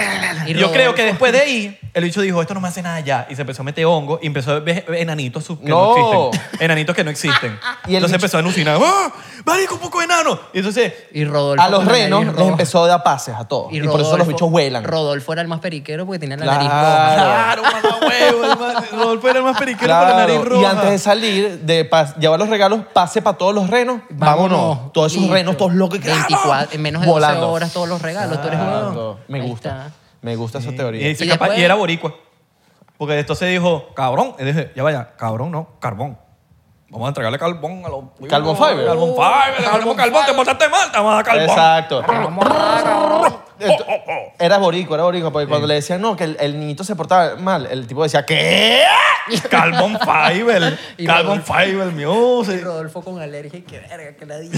B: Y
C: Yo
B: Rodolfo.
C: creo que después de ahí, el bicho dijo, esto no me hace nada ya. Y se empezó a meter hongo y empezó a ver enanitos sub- que no,
A: No.
C: existen. Enanitos que no existen.
A: Y el
C: entonces
A: bicho-
C: empezó a alucinar. ¡Ah! ¡Marico, un poco de enano! Y entonces...
B: Y Rodolfo.
A: A los
B: con la nariz
A: renos
B: roja.
A: les empezó a dar pases a todos. Y, por eso los
B: Rodolfo-
A: bichos vuelan.
B: Rodolfo era el más periquero porque tenía la nariz roja.
A: Claro.
C: Claro, mamá huevo. el más- Rodolfo era el más periquero con la nariz
A: Claro.
C: roja.
A: Y antes de salir, de pas- llevar los regalos, pase para todos los renos. Vámonos. Todos esos
B: Listo.
A: renos, todos locos. que-
B: 24, en menos de 12
A: Volando.
B: horas todos los regalos. Tú eres
A: Claro.
B: huevón.
A: Me
B: Ahí
A: gusta.
B: está.
A: Me gusta esa
C: Y,
A: teoría.
C: dice,
B: Y
C: capaz-
B: después-
C: y era boricua. Porque entonces dijo, cabrón. Y dije, ya vaya, cabrón no, carbón. Vamos a entregarle carbón a los...
A: Carbon fiber.
C: Carbon fiber. Le ponemos carbón, te portaste mal, te vamos a dar carbón.
A: Exacto.
C: Ah,
A: Ento-
C: Oh,
A: Era boricua, era boricua, porque cuando le decían no, que el, el niñito se portaba mal, el tipo decía, ¿qué?
C: Carbon Fiber.
B: Y
C: Carbon Fiber
B: Y
C: Music.
B: Rodolfo con alergia. y Qué verga, que la di.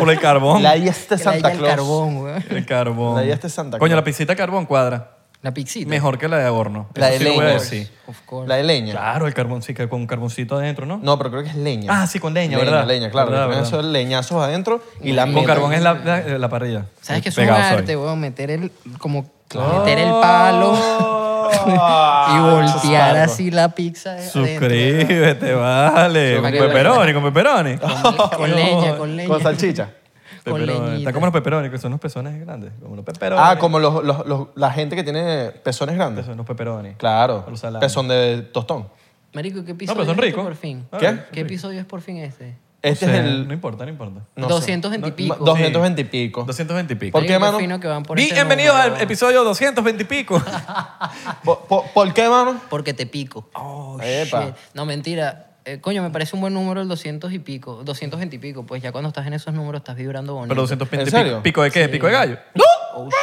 C: Por el carbón.
A: La idea este
B: Que la
A: Santa
B: haya el
A: Claus.
B: carbón, weón.
C: El carbón.
A: La idea este es Santa
C: Coño,
A: Claus.
C: la pizzita de carbón cuadra.
B: La pixita.
C: Mejor que la de horno.
A: La de
C: Eso sí lo voy a
A: leña.
C: decir.
B: Of course.
A: La de leña.
C: Claro, el carbón sí, que con un carboncito adentro, ¿no?
A: No, pero creo que es leña.
C: Ah, sí, con leña, ¿verdad?
A: Leña, claro.
C: ¿Verdad,
A: le ponen
C: verdad?
A: esos leñazos adentro y la
C: Con
A: meten.
C: carbón es la, la, la parrilla.
B: ¿Sabes que es un
C: Pegado soy.
B: arte, weón? Meter el, como, meter el palo y voltear
A: Ah, Eso es
B: así la pizza. de adentro, weón.
C: Suscríbete, vale. Con
B: Suscríbete.
C: peperoni, con peperoni.
B: Con leña, con leña.
A: Con salchicha.
B: con
C: Pepperoni.
B: leñita.
C: Está como los peperones, que son los pezones grandes. Como los peperones.
A: Ah, como los, los- los- la gente que tiene pezones grandes.
C: Son los peperones.
A: Claro.
C: Los salames.
A: Pezón de tostón.
B: Marico, ¿qué
C: No,
B: episodio
C: pero son
B: es este
C: ricos.
B: por fin?
C: Ah,
A: ¿Qué?
C: son
B: ¿Qué
C: ricos.
B: episodio es por fin este?
A: Este
C: O
A: es
C: sea,
A: el.
C: No importa, no importa.
A: no sé.
B: 220 y pico.
A: 220 y pico.
C: 220 y pico.
A: ¿Por qué,
B: Marico,
A: mano?
B: fino que van por ese
C: Bienvenidos
B: número,
C: al
B: weón.
C: episodio 220 y pico.
A: ¿Por, por- por qué, mano?
B: Porque te pico. Oh,
A: Epa.
B: No, mentira. Eh, coño, me parece un buen número el 200 y pico. 220 y pico. Pues ya cuando estás en esos números estás vibrando bonito.
C: Pero
A: ¿En
C: 220 y pico.
A: serio?
C: ¿Pico de qué? ¿Pico de gallo?
B: Oh, shit.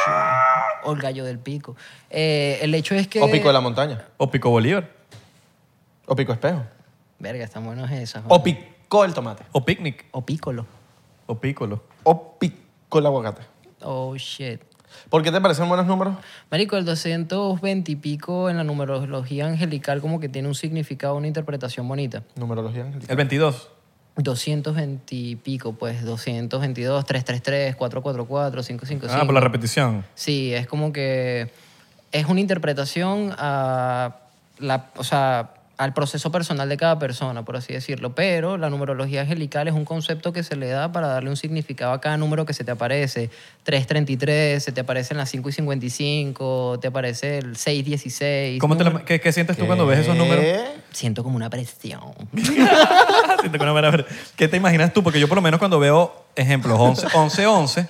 B: O el gallo del pico. Eh, el hecho es que...
A: O pico de la montaña.
C: ¿O pico Bolívar?
A: O pico espejo.
B: Verga, están buenos
C: Ah.
B: esas.
A: O
B: weón.
A: pico el tomate.
C: ¿O picnic?
B: O pícolo.
C: ¿O pícolo?
A: O pico el aguacate.
B: Oh, shit.
A: ¿Por qué te parecen buenos números?
B: Marico, el 220 y pico en la numerología angelical como que tiene un significado, una interpretación bonita.
A: Numerología angélica.
C: El 22.
B: 220 y pico, pues 222, 333, 444, 555.
C: Ah, por la repetición.
B: Sí, es como que es una interpretación a la, o sea, al proceso personal de cada persona, por así decirlo. Pero la numerología angelical es un concepto que se le da para darle un significado a cada número que se te aparece. 333, se te aparecen las 5 y 55, te aparece el 616.
C: ¿Cómo te la-
B: Número-
C: qué, qué sientes tú cuando ves esos números?
A: ¿Qué?
B: Siento como una presión.
C: Siento que no me van a ver. ¿Qué te imaginas tú? Porque yo por lo menos cuando veo, ejemplos, 11, 11, 11,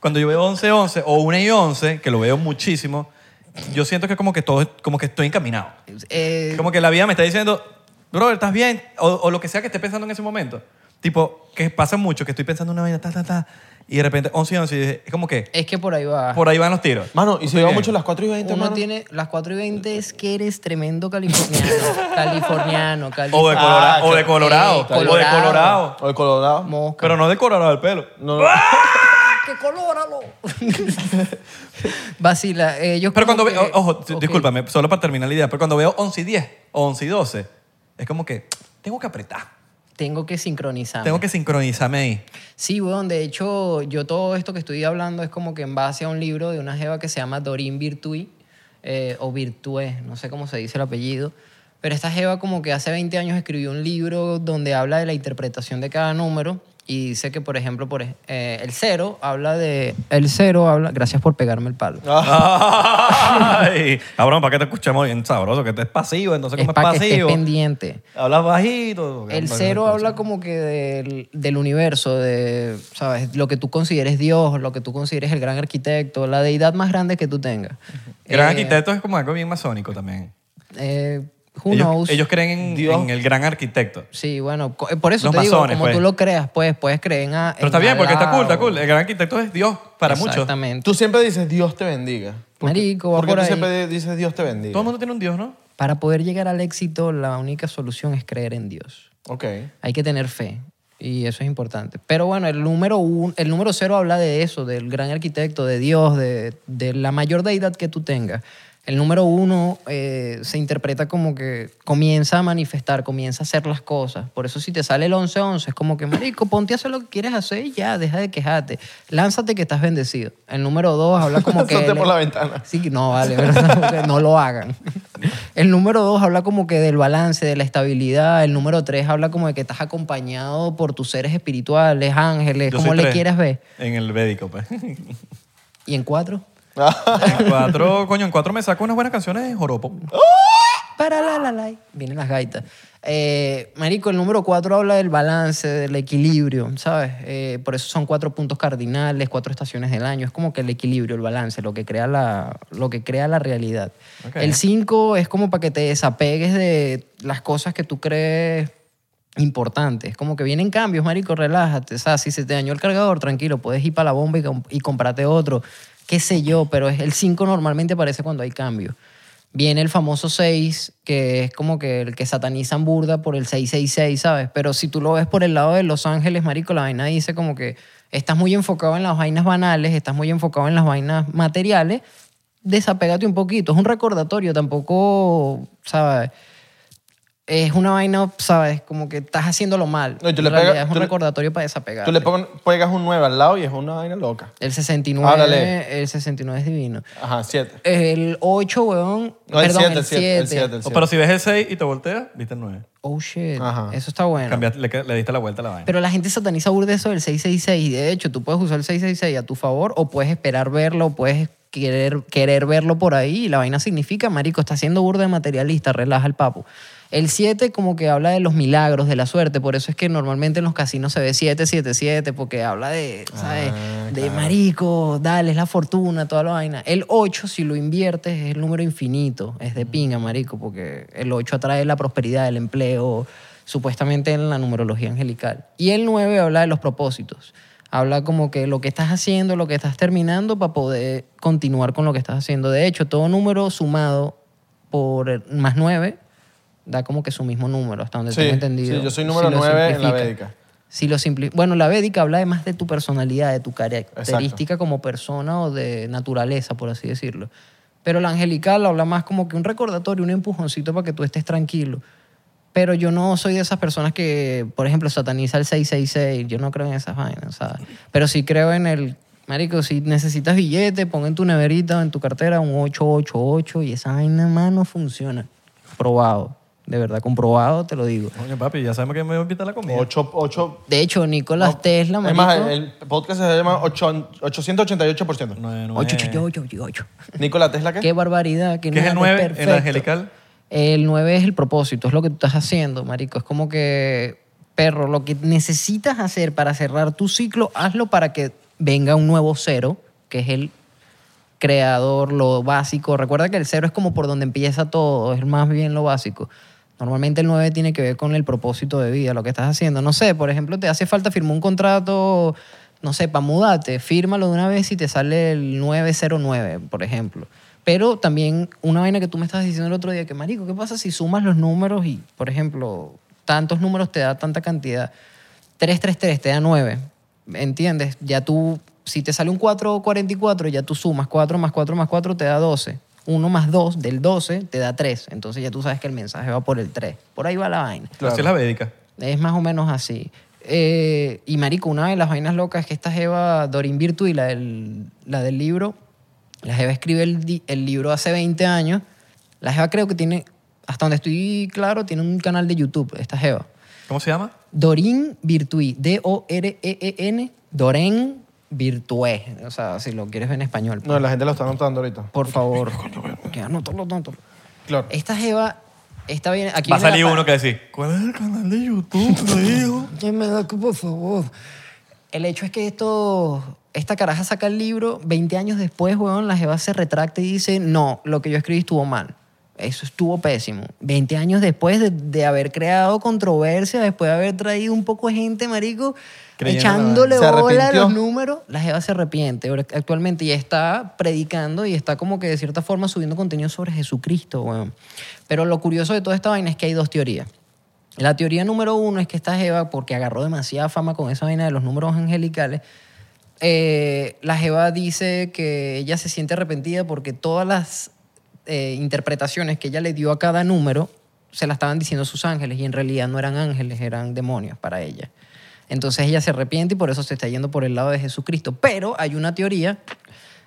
C: cuando yo veo 11, 11 o 1 y 11, que lo veo muchísimo, yo siento que como que todo, es- como que estoy encaminado.
B: Eh,
C: Como que la vida me está diciendo, brother, ¿estás bien? O, o lo que sea que esté pensando en ese momento. Tipo, que pasa mucho, que estoy pensando en una vaina, ta, ta, ta, y de repente 11 y 11, y dije, es como que
B: es que por ahí va.
C: por ahí van los tiros.
A: Mano, y se lleva
C: Bien.
A: mucho las 4 y 20,
B: Uno
A: mano.
B: tiene las 4 y 20 es que eres tremendo californiano. californiano,
C: O
B: californiano.
C: de, Colora-
A: Ah,
C: o de
A: claro.
C: Colorado,
B: Sí,
C: o de
B: Colorado.
C: Colorado.
A: O el colorado.
B: Mosca.
C: Pero no de Colorado del pelo.
A: No, no.
B: que colóralo. Vacila. Ellos
C: Pero
B: como
C: cuando
B: que-
C: veo, ojo,
B: ok.
C: discúlpame, solo para terminar la idea, pero cuando veo 11 y 10 o 11 y 12, es como que tengo que apretar,
B: Tengo que sincronizar.
C: tengo que sincronizarme ahí.
B: Sí, weón. De hecho, yo todo esto que estoy hablando es como que en base a un libro de una jeva que se llama Dorín Virtui, eh, o Virtue, no sé cómo se dice el apellido. Pero esta jeva como que hace 20 años escribió un libro donde habla de la interpretación de cada número y dice que, por ejemplo, por, ej- eh, el cero habla de... El cero habla... Gracias por pegarme el palo. Ah.
C: Ay, cabrón, ¿para qué te escuchamos bien sabroso? Que tú es pasivo, entonces
B: es
C: como es
B: para que estés
C: pasivo.
B: pendiente.
C: Hablas bajito.
B: El cero habla como que del, del universo, de, ¿sabes? Lo que tú consideres Dios, lo que tú consideres el gran arquitecto, la deidad más grande que tú tengas.
C: Gran
B: Eh,
C: arquitecto es como algo bien masónico también.
B: eh, who
C: Ellos,
B: knows?
C: ellos creen en,
A: Dios.
C: en el gran arquitecto.
B: Sí, bueno, co- eh, por eso
C: Los
B: te digo,
C: masones,
B: como
C: pues.
B: tú lo creas, pues puedes creer en. a- en
C: Pero está bien, porque está
B: Alá
C: cool, está
B: o-
C: cool. El gran arquitecto es Dios para muchos. Todo
B: Exactamente.
A: Tú siempre dices Dios te bendiga. ¿Por qué-
B: Marico, va
A: ¿por qué
B: por
A: tú
B: ahí.
A: siempre dices Dios te bendiga?
C: el mundo tiene un Dios, ¿no?
B: Para poder llegar al éxito, la única solución es creer en Dios.
A: Ok.
B: Hay que tener fe. Y eso es importante. Pero bueno, el número, un, el número cero habla de eso, del gran arquitecto, de Dios, de, de la mayor deidad que tú tengas. El número uno eh, se interpreta como que comienza a manifestar, comienza a hacer las cosas. Por eso si te sale el 11-11, es como que, marico, ponte a hacer lo que quieres hacer y ya, deja de quejarte. Lánzate que estás bendecido. El número dos habla como que...
A: Salte
B: él-
A: por la ventana.
B: Sí, no, vale, pero no, no lo hagan. El número dos habla como que del balance, de la estabilidad. El número tres habla como de que estás acompañado por tus seres espirituales, ángeles,
C: Yo
B: como
C: soy
B: le
C: tres.
B: quieras ver.
C: En el védico, pues. En
B: Y en cuatro, Ah,
C: cuatro, coño, en cuatro me saco unas buenas canciones de joropo.
B: Oh, para la la la, vienen las gaitas. Eh, Marico, el número cuatro habla del balance, del equilibrio, ¿sabes? Eh, por eso son cuatro puntos cardinales, cuatro estaciones del año. Es como que el equilibrio, el balance, lo que crea la, lo que crea la realidad.
C: Ok.
B: El 5 es como para que te desapegues de las cosas que tú crees importantes. Como que vienen cambios, marico, relájate. O sea, si se te dañó el cargador, tranquilo, puedes ir para la bomba y, com- y comprarte otro. Qué sé yo, pero es- el 5 normalmente aparece cuando hay cambios. Viene el famoso 6, que es como que el que satanizan burda por el 666, ¿sabes? Pero si tú lo ves por el lado de Los Ángeles, marico, la vaina dice como que estás muy enfocado en las vainas banales, estás muy enfocado en las vainas materiales, desapégate un poquito. Es un recordatorio, tampoco, ¿sabes? Es una vaina, ¿sabes? Como que estás haciéndolo mal.
A: No, y tú
B: En
A: le
B: realidad
A: pegas-
B: es un
A: tú le-
B: recordatorio para desapegar.
A: Tú le pon- pegas un 9 al lado y es una vaina loca.
B: El 69,
A: Háblale.
B: el 69 es divino.
A: Ajá, 7.
B: El 8, weón.
A: No, el
B: perdón,
A: 7, el
B: el Oh,
A: 7. El
B: 7.
A: 7, el
C: O,
A: 7.
C: pero si ves el 6 y te volteas, viste el 9.
B: Oh, shit.
A: Ajá.
B: Eso está bueno.
C: Cambiaste, le, le diste la vuelta a la vaina.
B: Pero la gente sataniza burda eso del 666 y de hecho tú puedes usar el 666 a tu favor o puedes esperar verlo o puedes querer, querer verlo por ahí y la vaina significa, marico, está siendo burda de materialista, relaja el papo. El 7 como que habla de los milagros, de la suerte, por eso es que normalmente en los casinos se ve 777 porque habla de, ¿sabes?
A: Ah,
B: De marico, dale, es la fortuna, toda la vaina. El 8 si lo inviertes es el número infinito, es
A: Mm.
B: de pinga, marico, porque el 8 atrae la prosperidad, el empleo, supuestamente en la numerología angelical. Y el 9 habla de los propósitos. Habla como que lo que estás haciendo, lo que estás terminando para poder continuar con lo que estás haciendo. De hecho, todo número sumado por el- más 9 da como que su mismo número, hasta donde
A: Sí,
B: tengo entendido.
A: sí, yo soy
B: Si
A: número
B: lo
A: 9 en la
B: simplifica.
A: védica.
B: Si lo simpli- bueno, la védica habla además de tu personalidad, de tu característica como persona o de naturaleza, por así decirlo. Pero la angelical habla más como que un recordatorio, un empujoncito para que tú estés tranquilo. Pero yo no soy de esas personas que, por ejemplo, sataniza el 666. Yo no creo en esas vainas, ¿sabes? Pero sí creo en el... Marico, si necesitas billete, pon en tu neverita o en tu cartera un 888 y esa vaina, mano, funciona. Probado. De verdad, comprobado, te lo digo.
C: Coño, papi, ya sabemos que me voy a invitar la comida.
A: Ocho, ocho-
B: De hecho, Nicolás Tesla,
A: es
B: marico...
A: más, el, el podcast se llama ocho- 888%.
C: No, no es.
B: 8888.
A: Nicolás Tesla, ¿qué?
B: Qué barbaridad. Que
C: ¿Qué es
B: nada,
C: el 9 en la
B: perfecto.
C: angelical?
B: El 9 es el propósito, es lo que tú estás haciendo, marico. Es como que, perro, lo que necesitas hacer para cerrar tu ciclo, hazlo para que venga un nuevo cero, que es el creador, lo básico. Recuerda que el cero es como por donde empieza todo, es más bien lo básico. Normalmente el 9 tiene que ver con el propósito de vida, lo que estás haciendo. No sé, por ejemplo, te hace falta firmar un contrato, no sé, para mudarte, fírmalo de una vez y te sale el 909, por ejemplo. Pero también una vaina que tú me estabas diciendo el otro día, que marico, ¿qué pasa si sumas los números y, por ejemplo, tantos números te da tanta cantidad? 333 te da 9. ¿Entiendes? Ya tú, si te sale un 444, ya tú sumas 4 más 4 más 4 te da 12. 1 más 2 del 12 te da 3. Entonces ya tú sabes que el mensaje va por el 3. Por ahí va la vaina.
C: Así es la védica.
B: Es más o menos así. Eh, y marico, una de las vainas locas es que esta Jeva, Dorin Virtu y la del, la del libro, la Jeva escribe el, di- el libro hace 20 años. La Jeva creo que tiene, hasta donde estoy claro, tiene un canal de YouTube, esta Jeva.
C: ¿Cómo se llama?
B: Dorin Virtue, E D-O-R-E-E-N, Dorén Virtue. O sea, si lo quieres ver en español.
A: No, la gente lo está anotando ahorita.
B: Por favor. Que anótalo, anótalo.
A: Claro.
B: Esta jeva, esta viene... Aquí
E: Va a
B: viene la
E: salir
B: pa-
E: uno que decir.
D: ¿Cuál es el canal de YouTube, lo digo?
B: Que me da, por favor. El hecho es que esto, esta caraja saca el libro, 20 años después, weón, la jeva se retracta y dice, no, lo que yo escribí estuvo mal. Eso estuvo pésimo. 20 años después de, de haber creado controversia, después de haber traído un poco de gente, marico,
C: Creyendo la
B: echándole
A: vaina. Se
B: bola a los
A: arrepintió.
B: números, la jeva se arrepiente ahora- actualmente y está predicando y está como que de cierta forma subiendo contenido sobre Jesucristo, weón. Pero lo curioso de toda esta vaina es que hay dos teorías. La teoría número uno es que esta Jeva, porque agarró demasiada fama con esa vaina de los números angelicales, eh, la Jeva dice que ella se siente arrepentida porque todas las eh, interpretaciones que ella le dio a cada número se la estaban diciendo sus ángeles y en realidad no eran ángeles, eran demonios para ella. Entonces ella se arrepiente y por eso se está yendo por el lado de Jesucristo. Pero hay una teoría,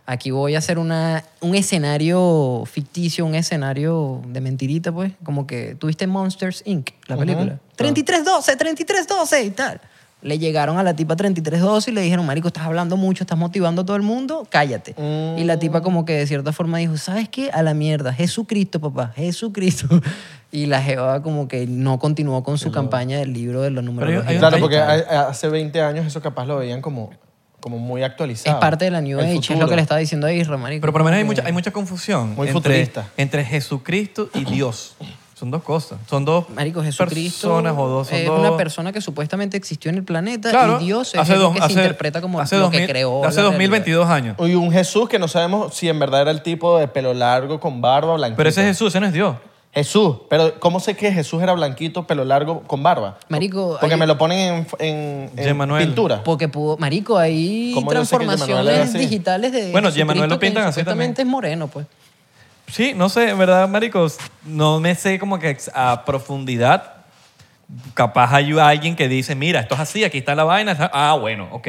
B: aquí voy a hacer una, un escenario ficticio, un escenario de mentirita, pues, como que tuviste Monsters Inc., la película. 3312, 3312 y tal. Le llegaron a la tipa 3312 y le dijeron, Marico, estás hablando mucho, estás motivando a todo el mundo, cállate. Y la tipa como que de cierta forma dijo, ¿sabes qué? A la mierda, Jesucristo, papá, Jesucristo. Y la jeva como que no continuó con su campaña del libro de los números.
C: Pero hay- hay
B: angélicos.
A: Claro,
C: Ahí
A: porque
C: está.
A: ha- hace 20 años eso capaz lo veían como, como muy actualizado.
B: Es parte de la New
A: El
B: Age, es
A: futuro.
B: lo que le estaba diciendo a Isra, marico.
C: Pero por lo menos hay mucha, hay mucha confusión
A: Muy
C: entre,
A: futurista.
C: entre Jesucristo y Dios. Son dos cosas. Son dos
B: Marico, Jesucristo
C: personas o dos. son
B: es
C: dos-
B: una persona que supuestamente existió en el planeta
C: Claro,
B: y Dios es el
C: dos-
B: que se interpreta como
C: hace
B: lo
C: 2000
B: que creó.
C: Hace
B: la
C: 2022 años.
A: Y un Jesús que no sabemos si en verdad era el tipo de pelo largo, con barba, blanquito.
C: Pero ese es Jesús, ese no es Dios.
A: Jesús. Pero ¿cómo sé que Jesús era blanquito, pelo largo, con barba?
B: Marico,
A: Porque
B: hay-
A: me lo ponen en, en- en
C: Yemanuel.
A: pintura.
B: realidad. Porque pudo, marico, hay
A: ¿Cómo yo sé que Yemanuel era
B: transformaciones
A: así?
B: digitales de
C: Bueno,
B: Jesucristo
C: Yemanuel lo
B: que
C: pintan así también.
B: supuestamente es moreno, pues.
C: Sí, no sé, en verdad, maricos, no me sé como que ex- a profundidad. Capaz hay alguien que dice, mira, esto es así, aquí está la vaina. está- Ah, bueno, ok.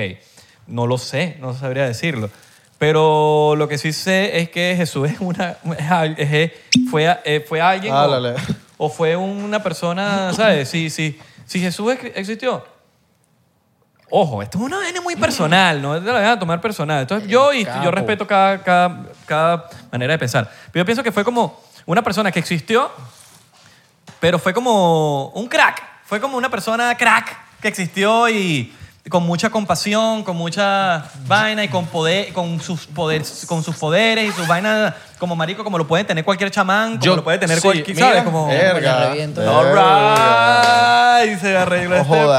C: No lo sé, no sabría decirlo. Pero lo que sí sé es que Jesús es una, es al- es- es- fue, a- eh, fue alguien o-
A: Álale.
C: o, fue una persona, ¿sabes? Si, si, si Jesús ex- existió, Ojo, esto es una vaina muy personal, no te la van a tomar personal. Entonces, yo, y yo respeto cada, cada, cada manera de pensar. Pero yo pienso que fue como una persona que existió, pero fue como un crack. Fue como una persona crack que existió y con mucha compasión, con mucha vaina y con poder, con sus poderes, con sus poderes y sus vainas como marico, como lo pueden tener cualquier chamán, como
A: Yo-
C: lo puede tener
A: sí,
C: cualquier,
A: mira, eh,
C: ¿sabes? Como,
A: verga,
B: Como la reviento.
A: verga.
C: all right, se arregló
A: No
C: este
A: joda,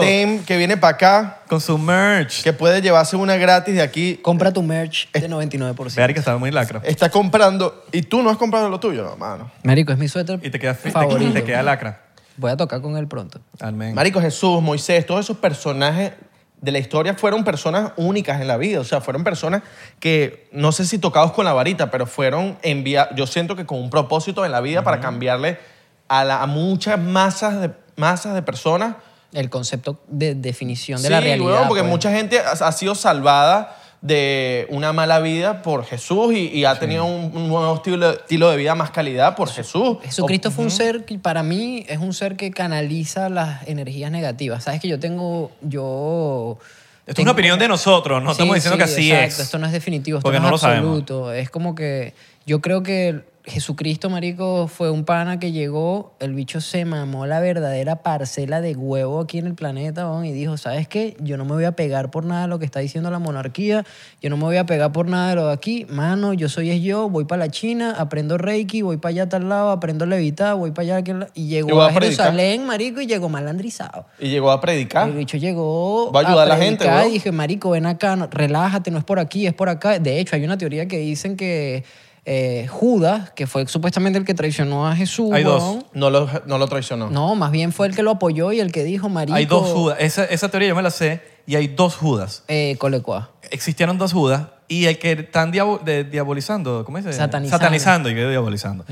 A: el team que viene para acá,
C: Con su merch.
A: que puede llevarse una gratis de aquí,
B: Compra tu merch de 99%.
C: Verga, que estaba muy lacra.
A: está comprando y tú no has comprado lo tuyo, no, mano.
B: Marico, es mi suéter
C: Y te queda, fi- te,
B: favorito.
C: te queda lacra.
B: Voy a tocar con él pronto.
C: Amén.
A: Marico Jesús, Moisés, todos esos personajes de la historia fueron personas únicas en la vida. O sea, fueron personas que, no sé si tocados con la varita, pero fueron enviados, yo siento que con un propósito en la vida para cambiarle a, la- a muchas masas de, masas de personas.
B: El concepto de definición de
A: sí,
B: la realidad.
A: weón, porque
B: pues.
A: mucha gente ha, ha sido salvada de una mala vida por Jesús y, y ha tenido un, un nuevo estilo, estilo de vida, más calidad por Jesús.
B: Jesucristo fue un ser que para mí es un ser que canaliza las energías negativas. Sabes que yo tengo, yo...
C: Esto es
B: tengo
C: una opinión
B: como-
C: de nosotros, no
B: Sí,
C: estamos diciendo
B: sí,
C: que así
B: exacto.
C: es.
B: Esto no es definitivo, esto
C: Porque
B: no,
C: no lo
B: es
C: sabemos.
B: absoluto. Es como que yo creo que Jesucristo, marico, fue un pana que llegó, el bicho se mamó la verdadera parcela de huevo aquí en el planeta weón, y dijo, ¿sabes qué? Yo no me voy a pegar por nada de lo que está diciendo la monarquía, yo no me voy a pegar por nada de lo de aquí, mano, yo soy es yo, voy para la China, aprendo Reiki, voy para allá a tal lado, aprendo a levitar, voy para allá a aquel lado. Y
A: Y
B: llegó
A: voy a
B: a
A: predicar.
B: Jerusalén, marico, y llegó malandrizado.
A: Y llegó a predicar.
B: El bicho llegó.
A: Va a ayudar a la
B: predicar
A: gente, weón.
B: Y dije, Marico, ven acá, no- relájate, no es por aquí, es por acá. De hecho, hay una teoría que dicen que eh, Judas, que fue supuestamente el que traicionó a Jesús.
C: Hay dos.
B: weón,
A: No lo, no lo traicionó.
B: No, más bien fue el que lo apoyó y el que dijo, Marico.
C: Hay dos Judas. Esa, esa teoría yo me la sé y hay dos Judas.
B: Eh, Colecua.
C: Existieron dos Judas y el que están diabo- de- diabolizando, ¿cómo se dice?
B: Satanizando.
C: Satanizando y que diabolizando.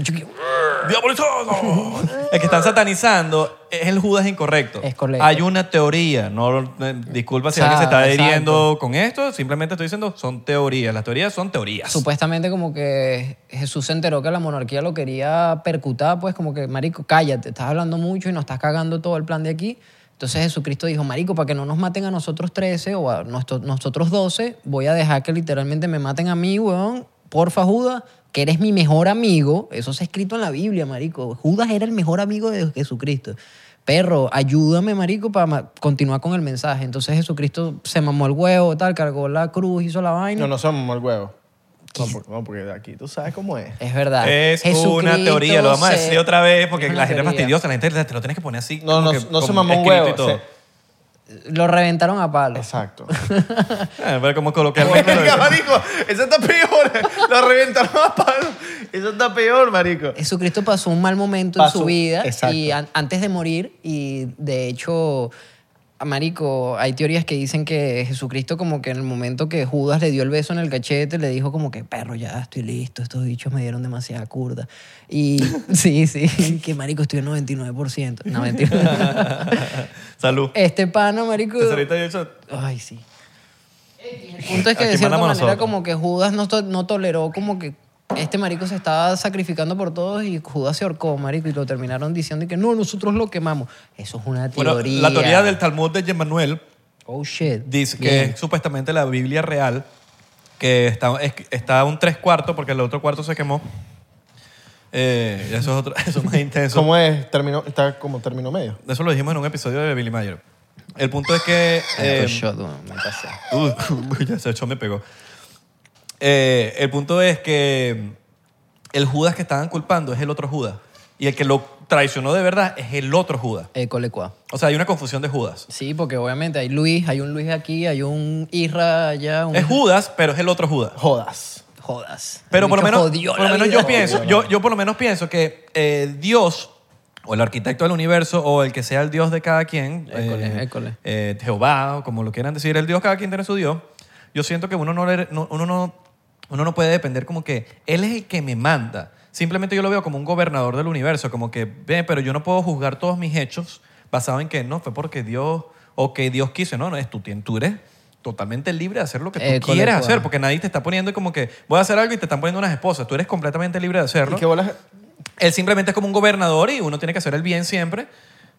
C: ¡Diabolizando! el que están satanizando es el Judas incorrecto.
B: Es correcto.
C: Hay una teoría, no, eh, disculpa si
B: Sa-
C: alguien se está
B: exacto.
C: adheriendo con esto, simplemente estoy diciendo son teorías. Las teorías son teorías.
B: Supuestamente como que Jesús se enteró que la monarquía lo quería percutar, pues como que, marico, cállate, estás hablando mucho y nos estás cagando todo el plan de aquí. Entonces Jesucristo dijo, marico, para que no nos maten a nosotros 13 o a nuestro- nosotros 12, voy a dejar que literalmente me maten a mí, weón. Porfa, Judas, que eres mi mejor amigo. Eso está escrito en la Biblia, marico. Judas era el mejor amigo de Jesucristo. Perro, ayúdame, marico, para ma- continuar con el mensaje. Entonces Jesucristo se mamó el huevo, tal, cargó la cruz, hizo la vaina.
A: No, no se mamó el huevo. No, porque, no, porque aquí tú sabes cómo es.
B: Es verdad.
C: Es una
B: Jesucristo
C: teoría, lo vamos a
B: se-
C: decir otra vez porque
B: Es una
C: la gente es
B: teoría.
C: fastidiosa, la gente te lo tienes que poner así.
A: No,
C: como
A: no,
C: que-
A: no se
C: como
A: mamó un
C: escrito y
A: huevo.
C: todo.
A: se-
B: Lo reventaron a palo.
A: exacto.
C: Ah, pero como coloquialmente lo
A: Verga,
C: digo.
A: marico, eso está peor. Lo reventaron a palo. Eso está peor, marico.
B: Jesucristo pasó un mal momento
A: Pasó-
B: en su vida y
A: exacto.
B: an- antes de morir y de hecho marico hay teorías que dicen que Jesucristo como que en el momento que Judas le dio el beso en el cachete le dijo como que perro ya estoy listo estos bichos me dieron demasiada curda y sí sí que marico estoy al 99% no mentira
C: Salud.
B: este pana
A: Uh.
B: marico
C: Cesarita y eso.
B: Ay, sí. El punto es que
C: Aquí
B: de cierta manera
C: mandamos nosotros.
B: como que Judas no, to- no toleró como que este marico se estaba sacrificando por todos y Judas se ahorcó, marico, y lo terminaron diciendo que no, nosotros lo quemamos. Eso es una teoría.
C: Bueno, la teoría del Talmud de Yemanuel
B: Oh, shit.
C: dice que
B: Bien.
C: es supuestamente la Biblia real, que está, es- está un tres cuartos porque el otro cuarto se quemó. Eh, eso, es otro, eso es más intenso.
A: ¿Cómo es? Terminó, está como terminó medio.
C: Eso lo dijimos en un episodio de Billy Mayer. El punto es que...
B: Otro
C: eh,
B: shot, weón, me pasé.
C: Uh, ya se echó, me pegó. Eh, el punto es que el Judas que estaban culpando es el otro Judas. Y el que lo traicionó de verdad es el otro Judas.
B: Eh, colecua.
C: O sea, hay una confusión de Judas.
B: Sí, porque obviamente hay Luis, hay un Luis aquí, hay un Isra allá, un
C: Es Judas, pero es el otro Judas.
A: Jodas.
B: Jodas.
C: Pero
B: El
C: por lo
B: bicho
C: menos,
B: jodió
C: por lo
B: la
C: menos
B: vida.
C: yo pienso, yo, yo por lo menos pienso que eh, Dios, o el arquitecto del universo, o el que sea el Dios de cada quien,
B: École, école.
C: eh, Jehová, o como lo quieran decir, el Dios, cada quien tiene su Dios. Yo siento que uno no, le- no- uno no, uno no puede depender como que Él es el que me manda. Simplemente yo lo veo como un gobernador del universo, como que, ve, pero yo no puedo juzgar todos mis hechos basado en que no, fue porque Dios, o que Dios quiso. No, no, es tú, tien- tú eres totalmente libre de hacer lo que tú
B: École,
C: quieras
B: cuadro.
C: hacer, porque nadie te está poniendo como que voy a hacer algo y te están poniendo unas esposas. Tú eres completamente libre de hacerlo.
A: ¿Y qué bolas?
C: Él simplemente es como un gobernador y uno tiene que hacer el bien siempre,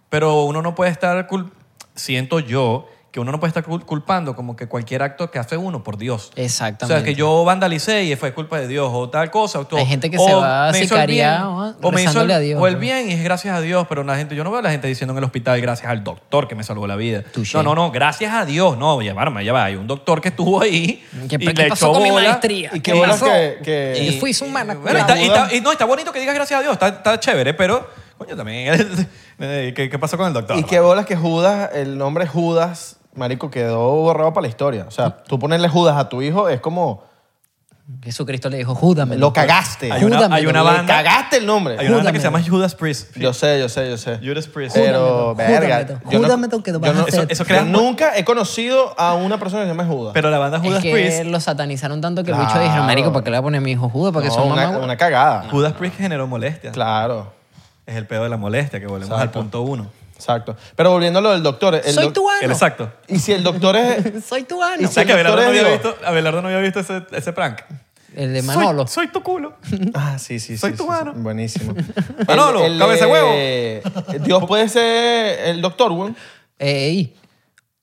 C: pero uno no puede estar, cul- siento yo, que uno no puede estar cul- culpando como que cualquier acto que hace uno por Dios. O
B: Exactamente.
C: sea, que yo vandalicé y fue culpa de Dios o tal cosa. O todo.
B: Hay gente que
C: O
B: se va
C: me hizo el
B: sicariada,
C: bien,
B: ¿no?
C: o me hizo el,
B: Rezándole a Dios, pues.
C: o el
B: ¿no?
C: bien y es gracias a Dios, pero la gente, yo no veo a la gente diciendo en el hospital gracias al doctor que me salvó la vida.
B: Touché.
C: No, no, no, gracias a Dios. No, ya va, ya va. Hay un doctor que estuvo ahí
B: ¿Qué-
C: y
B: qué
C: le
B: pasó
C: echó
B: con mi
C: bola.
B: maestría?
A: ¿Y qué
B: ¿Qué
A: bolas
B: pasó?
A: que, que-
B: Y fui su humana.
C: Bueno, y
A: La
C: está, y
A: boda-
C: está- y no, está bonito que digas gracias a Dios, está, está chévere, pero, coño, también, eh, ¿qué, qué pasó con el doctor?
A: ¿Y qué bolas que Judas, el nombre Judas, marico, quedó borrado para la historia? O sea, tú ponerle Judas a tu hijo es como...
B: Jesucristo le dijo, júdame.
A: Lo cagaste.
C: Hay una-
B: Júdame.
C: hay una
B: le-
C: banda-
A: Cagaste el nombre.
C: Hay una banda que
B: Júdamelo.
C: se llama Judas Priest.
A: Yo sé, yo sé, yo sé.
C: Judas Priest.
A: Pero,
B: Júdamelo,
A: verga.
B: júdamelo,
A: yo no-
B: júdamelo que lo
A: yo
B: vas a
A: no-
B: hacer.
A: eso- eso
C: crea-
A: yo nunca he conocido a una persona que se llame Judas.
C: Pero la banda Judas
B: es que
C: Priest,
B: lo satanizaron tanto que el
A: Claro.
B: bicho dijeron, marico, ¿para qué le voy a poner a mi hijo Judas? ¿Para que
A: No,
B: son
A: una,
B: mamá?
A: una cagada.
C: Judas Priest generó molestia.
A: Claro,
C: Es el pedo de la molestia, que volvemos al
A: Exacto.
C: punto uno.
A: exacto. Pero volviendo a lo del doctor. el
B: Soy
A: doc-
B: tu ano.
C: El exacto.
A: Y si el doctor es...
B: Soy tu ano.
A: Y
C: ¿Sabes que
A: el doctor
C: Abelardo no,
A: es
C: había
A: Dios.
C: visto, Abelardo no había visto ese, ese prank?
B: El de
C: Soy-
B: Manolo.
C: Soy, tu culo.
A: Ah, sí, sí, sí.
C: Soy
A: sí,
C: tu
A: sí.
C: mano.
A: Buenísimo.
C: Manolo, cabeza de huevo.
A: eh, Dios puede ser el doctor, weón.
B: Ey,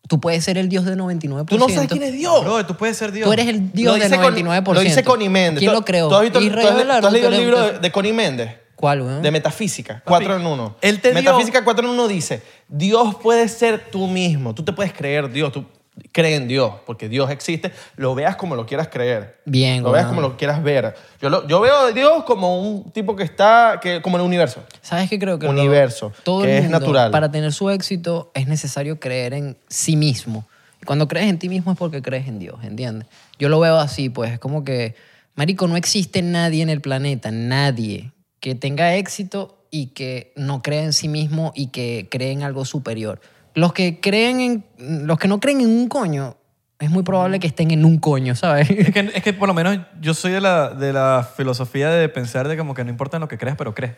B: tú puedes ser el dios de 99%.
A: Tú no sabes quién es Dios.
C: Bro, tú puedes ser Dios.
B: Tú eres el
A: Lo
B: dios de
A: dice Connie-
B: 99%.
A: Lo dice Connie Méndez.
B: ¿Quién
A: ¿Tú-
B: lo creó?
A: ¿Tú has, visto-
B: ¿Y
A: tú
B: Ray
A: has-
B: Abelardo?
A: tú has leído
B: ¿Tú
A: el
B: le-
A: libro
B: tú-
A: de, de Connie Méndez?
B: ¿Cuál, weón?
A: De Metafísica, 4 en 1.
C: él te dio-
A: Metafísica 4 en 1 dice, Dios puede ser tú mismo, tú te puedes creer Dios, tú cree en Dios, porque Dios existe, lo veas como lo quieras creer.
B: Bien,
A: Lo veas
B: weón.
A: como lo quieras ver. Yo, lo- yo veo a Dios como un tipo que está, que, como en el universo.
B: ¿Sabes qué creo que
A: Universo,
B: todo
A: que
B: el
A: es
B: mundo,
A: natural.
B: Para tener su éxito es necesario creer en sí mismo. Y cuando crees en ti mismo es porque crees en Dios, ¿entiendes? Yo lo veo así, pues es como que, Marico, no existe nadie en el planeta, nadie que tenga éxito y que no crea en sí mismo y que cree en algo superior. Los que creen en, los que no creen en un coño, es muy probable que estén en un coño, ¿sabes?
C: Es que, es que por lo menos yo soy de la, de la filosofía de pensar de como que no importa en lo que creas, pero crees.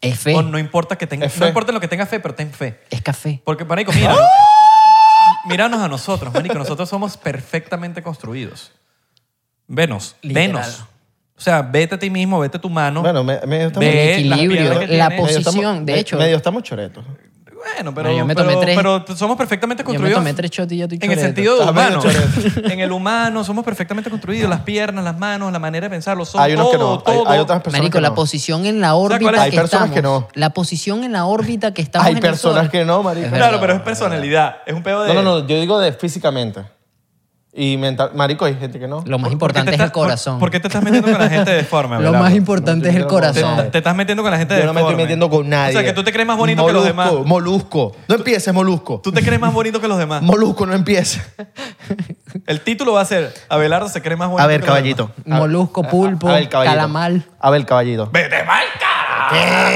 B: Es fe,
C: O no importa que tengas,
A: Es fe.
C: no importa en lo que tengas fe, pero ten fe.
B: es café.
C: Porque, marico, mira,
B: ¡Oh!
C: míranos a nosotros, marico. Nosotros somos perfectamente construidos. Venos,
B: Literal.
C: venos. O sea, vete a ti mismo, vete a tu mano.
A: Bueno, me- medio estamos...
C: Ve,
B: El
C: las
B: equilibrio,
C: piedras que
B: la
C: tiene.
A: medio
B: posición,
A: estamos-
B: de
A: me-
B: hecho.
A: Medio estamos choretos.
C: Bueno, pero,
B: No, yo me
C: pero-
B: tomé tres.
C: pero somos perfectamente
B: me
C: construidos.
B: tomé tres shots y ya estoy
C: En el
B: choreto.
C: sentido de
A: Estás medio
C: humano. en el humano somos perfectamente construidos. Las piernas, las manos, la manera de pensar, los ojos,
A: Hay unos
C: todo,
A: que no, hay,
C: todo.
A: hay otras personas
B: Marico,
A: que
B: la
A: no.
B: posición en la
C: sea,
A: ¿cuál es?
B: órbita
A: Hay
B: que
A: personas
B: estamos.
A: que no.
B: La posición en la órbita que estamos
A: Hay
B: en el
A: personas
B: Sol.
A: que no, marico.
B: Es verdad.
C: Claro, pero es personalidad. Es un pedo de...
A: No, no, no, yo digo de físicamente. Y mental, marico, hay gente que no.
B: Lo más
C: ¿Por- por qué
B: importante
C: te
B: es
C: estás-
B: el corazón.
C: Por, por qué te estás metiendo con la gente deforme?
B: Lo
C: Abelardo?
B: más importante
A: No,
B: es
A: yo
B: el
A: no- no,
B: corazón.
C: Te, te estás metiendo con la gente
A: Yo no me estoy
C: deforme.
A: metiendo con nadie.
C: O sea, que tú te crees más bonito que los demás.
A: Molusco, Molusco. No empieces, Molusco.
C: Tú te crees más bonito que los demás.
A: Molusco, no empieces.
C: El título va a ser Abelardo se cree más bonito
A: A ver,
C: que los demás.
A: caballito.
B: Molusco, pulpo,
A: A ver, caballito.
B: calamar.
A: A ver, caballito.
E: ¡Vete mal, cara!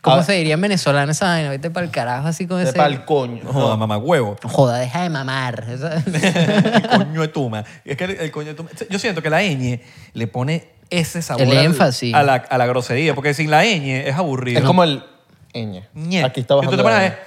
B: ¿Cómo
A: A-
B: se diría en venezolano esa vaina? Vete para el carajo así con
A: De
B: ese...
A: pa'l coño.
C: No joda, mamá, huevo.
B: Joda, deja de mamar.
C: el coño de tuma. Es que el, el coño de tuma. Yo siento que la ñ le pone ese sabor
B: El
C: al-
B: énfasis.
C: A, la, a la grosería, porque sin la ñ es aburrido.
A: Es como el ñ.
C: Ñe.
A: Aquí está
C: Y tú
A: bajando.
C: te
A: la-
C: pones a ver,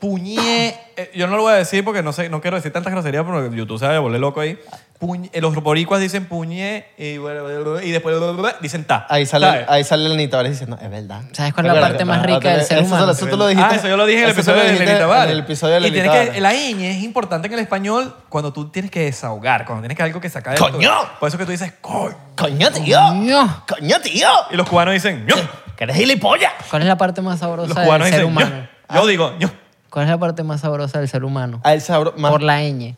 C: puñe. eh, Yo no lo voy a decir porque no sé, no quiero decir tantas groserías porque YouTube se va a volver loco ahí. Puñe- eh, los boricuas dicen puñe y, bueno, y después dicen ta.
A: Ahí sale,
C: ¿sabes?
A: ahí sale el Anita Vales diciendo, es verdad.
B: ¿Sabes cuál es la
A: Pero-
B: parte más
A: ah,
B: rica
A: te-
B: del ser
A: eso-
B: humano?
A: Eso, tú lo dijiste.
C: Ah, eso yo lo dije en el
A: Eso tú lo
C: episodio de
A: dijiste
C: Lenita Vale.
A: En el episodio de
C: y tienes
A: Lenita Vale.
C: que, La ñ es importante en el español cuando tú tienes que desahogar, cuando tienes que algo que sacar de tu-
A: ¡Coño!
C: Por eso que tú dices, coño.
A: ¡Coño, tío!
B: Coño.
A: ¡Coño, tío!
C: Y los cubanos dicen, ño.
A: ¡Que eres gilipollas!
B: ¿Cuál es la parte más
C: Los
B: sabrosa del
C: cubanos
B: ser
C: dicen, ño.
B: humano?
A: Ah.
C: Yo digo, ño.
B: ¿Cuál es la parte más sabrosa del ser humano?
A: A él sabro... más-
B: Por la ñ.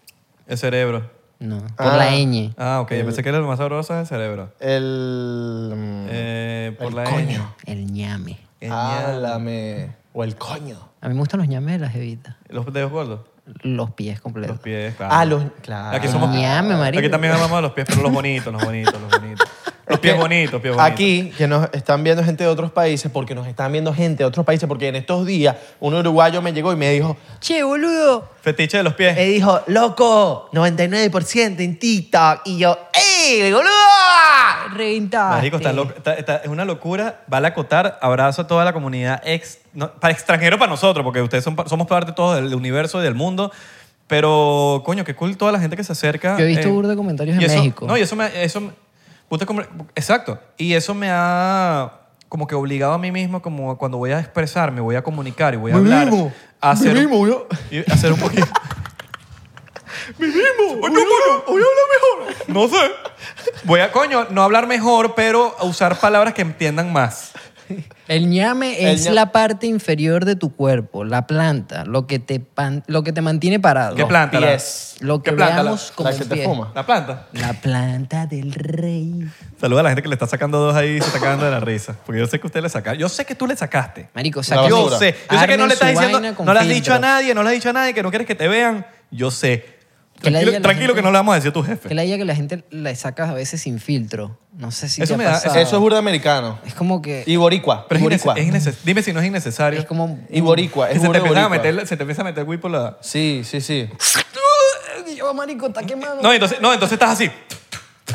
C: El cerebro.
B: No,
A: Ah.
B: por la ñ.
C: Ah, ok. Yo pensé que lo más sabroso es el cerebro.
A: El... mm,
C: Eh, por
A: el
C: la ñ.
A: coño.
B: El ñame.
C: Ah.
A: Álame. O el coño.
B: A mí me gustan los ñames de las evitas.
C: Los dedos gordos.
B: Los pies completos.
C: Los pies, claro.
A: Ah, los... Claro.
C: Aquí somos.
B: Ñame, marico.
C: Aquí también amamos a los pies, pero los bonitos, los bonitos, los bonitos. Los pies bonitos, pies bonitos.
A: Aquí, que nos están viendo gente de otros países, porque nos están viendo gente de otros países, porque en estos días un uruguayo me llegó y me dijo,
B: Che, boludo.
C: Fetiche de los pies.
A: me dijo, loco, 99% en TikTok. Y yo, ¡ey, boludo!
B: Reventaste.
C: Marico, está loco- está- está- es una locura. Vale acotar. Abrazo a toda la comunidad ex, no, para extranjero para nosotros, porque ustedes son, pa- somos parte todos del universo y del mundo. Pero, coño, qué cool toda la gente que se acerca. eh,
B: Yo he visto burda de comentarios
C: y
B: en
C: eso-
B: México.
C: No, y eso me... Eso, me- puta, como- exacto. Y eso me ha como que obligado a mí mismo, como cuando voy a expresarme, voy a comunicar y voy a hablar. a hacer, y hacer un poquito... Oye, coño, voy a hablar mejor. No sé. Voy a, coño, no hablar mejor, pero a usar palabras que entiendan más.
B: El ñame
A: El
B: es
A: ña-
B: la parte inferior de tu cuerpo, la planta, lo que te, pan- lo que te mantiene parado.
C: ¿Qué planta? la-
A: pies.
B: Lo que
C: ¿Qué planta?
B: veamos
A: La-
B: como
A: la que
B: un
A: te
B: pie.
A: fuma.
C: La planta.
B: La planta del rey.
C: Saluda a la gente que le está sacando dos ahí y se está cagando de la risa. Porque yo sé que usted le saca. Yo sé que tú le sacaste.
B: Marico,
A: La
B: saca
C: yo
A: basura.
C: sé. Yo sé que no
B: Armen
C: le estás
B: su
C: diciendo.
B: vaina con
C: No le has
B: filtro.
C: dicho a nadie, no le has dicho a nadie que no quieres que te vean. Yo sé.
B: Que la
C: Tranquilo,
B: diga la
C: tranquilo
B: gente-
C: que no le vamos a decir a tu jefe.
B: Que la idea que la gente la sacas a veces sin filtro. No sé si
C: Eso
B: te ha
C: me da-
B: pasado.
A: Eso es burda americano.
B: Es como que...
A: Y boricua.
C: Pero
A: y
C: es
A: boricua.
C: innece- es innece- Dime si no es innecesario.
B: Es como...
A: Y boricua.
C: Que
A: Es
C: se, te
A: burda
C: empieza a
A: boricua.
C: meter, se te empieza a meter güey por la...
A: Sí, sí, sí.
B: Yo, marico, está quemado.
C: No, entonces, no, entonces estás así.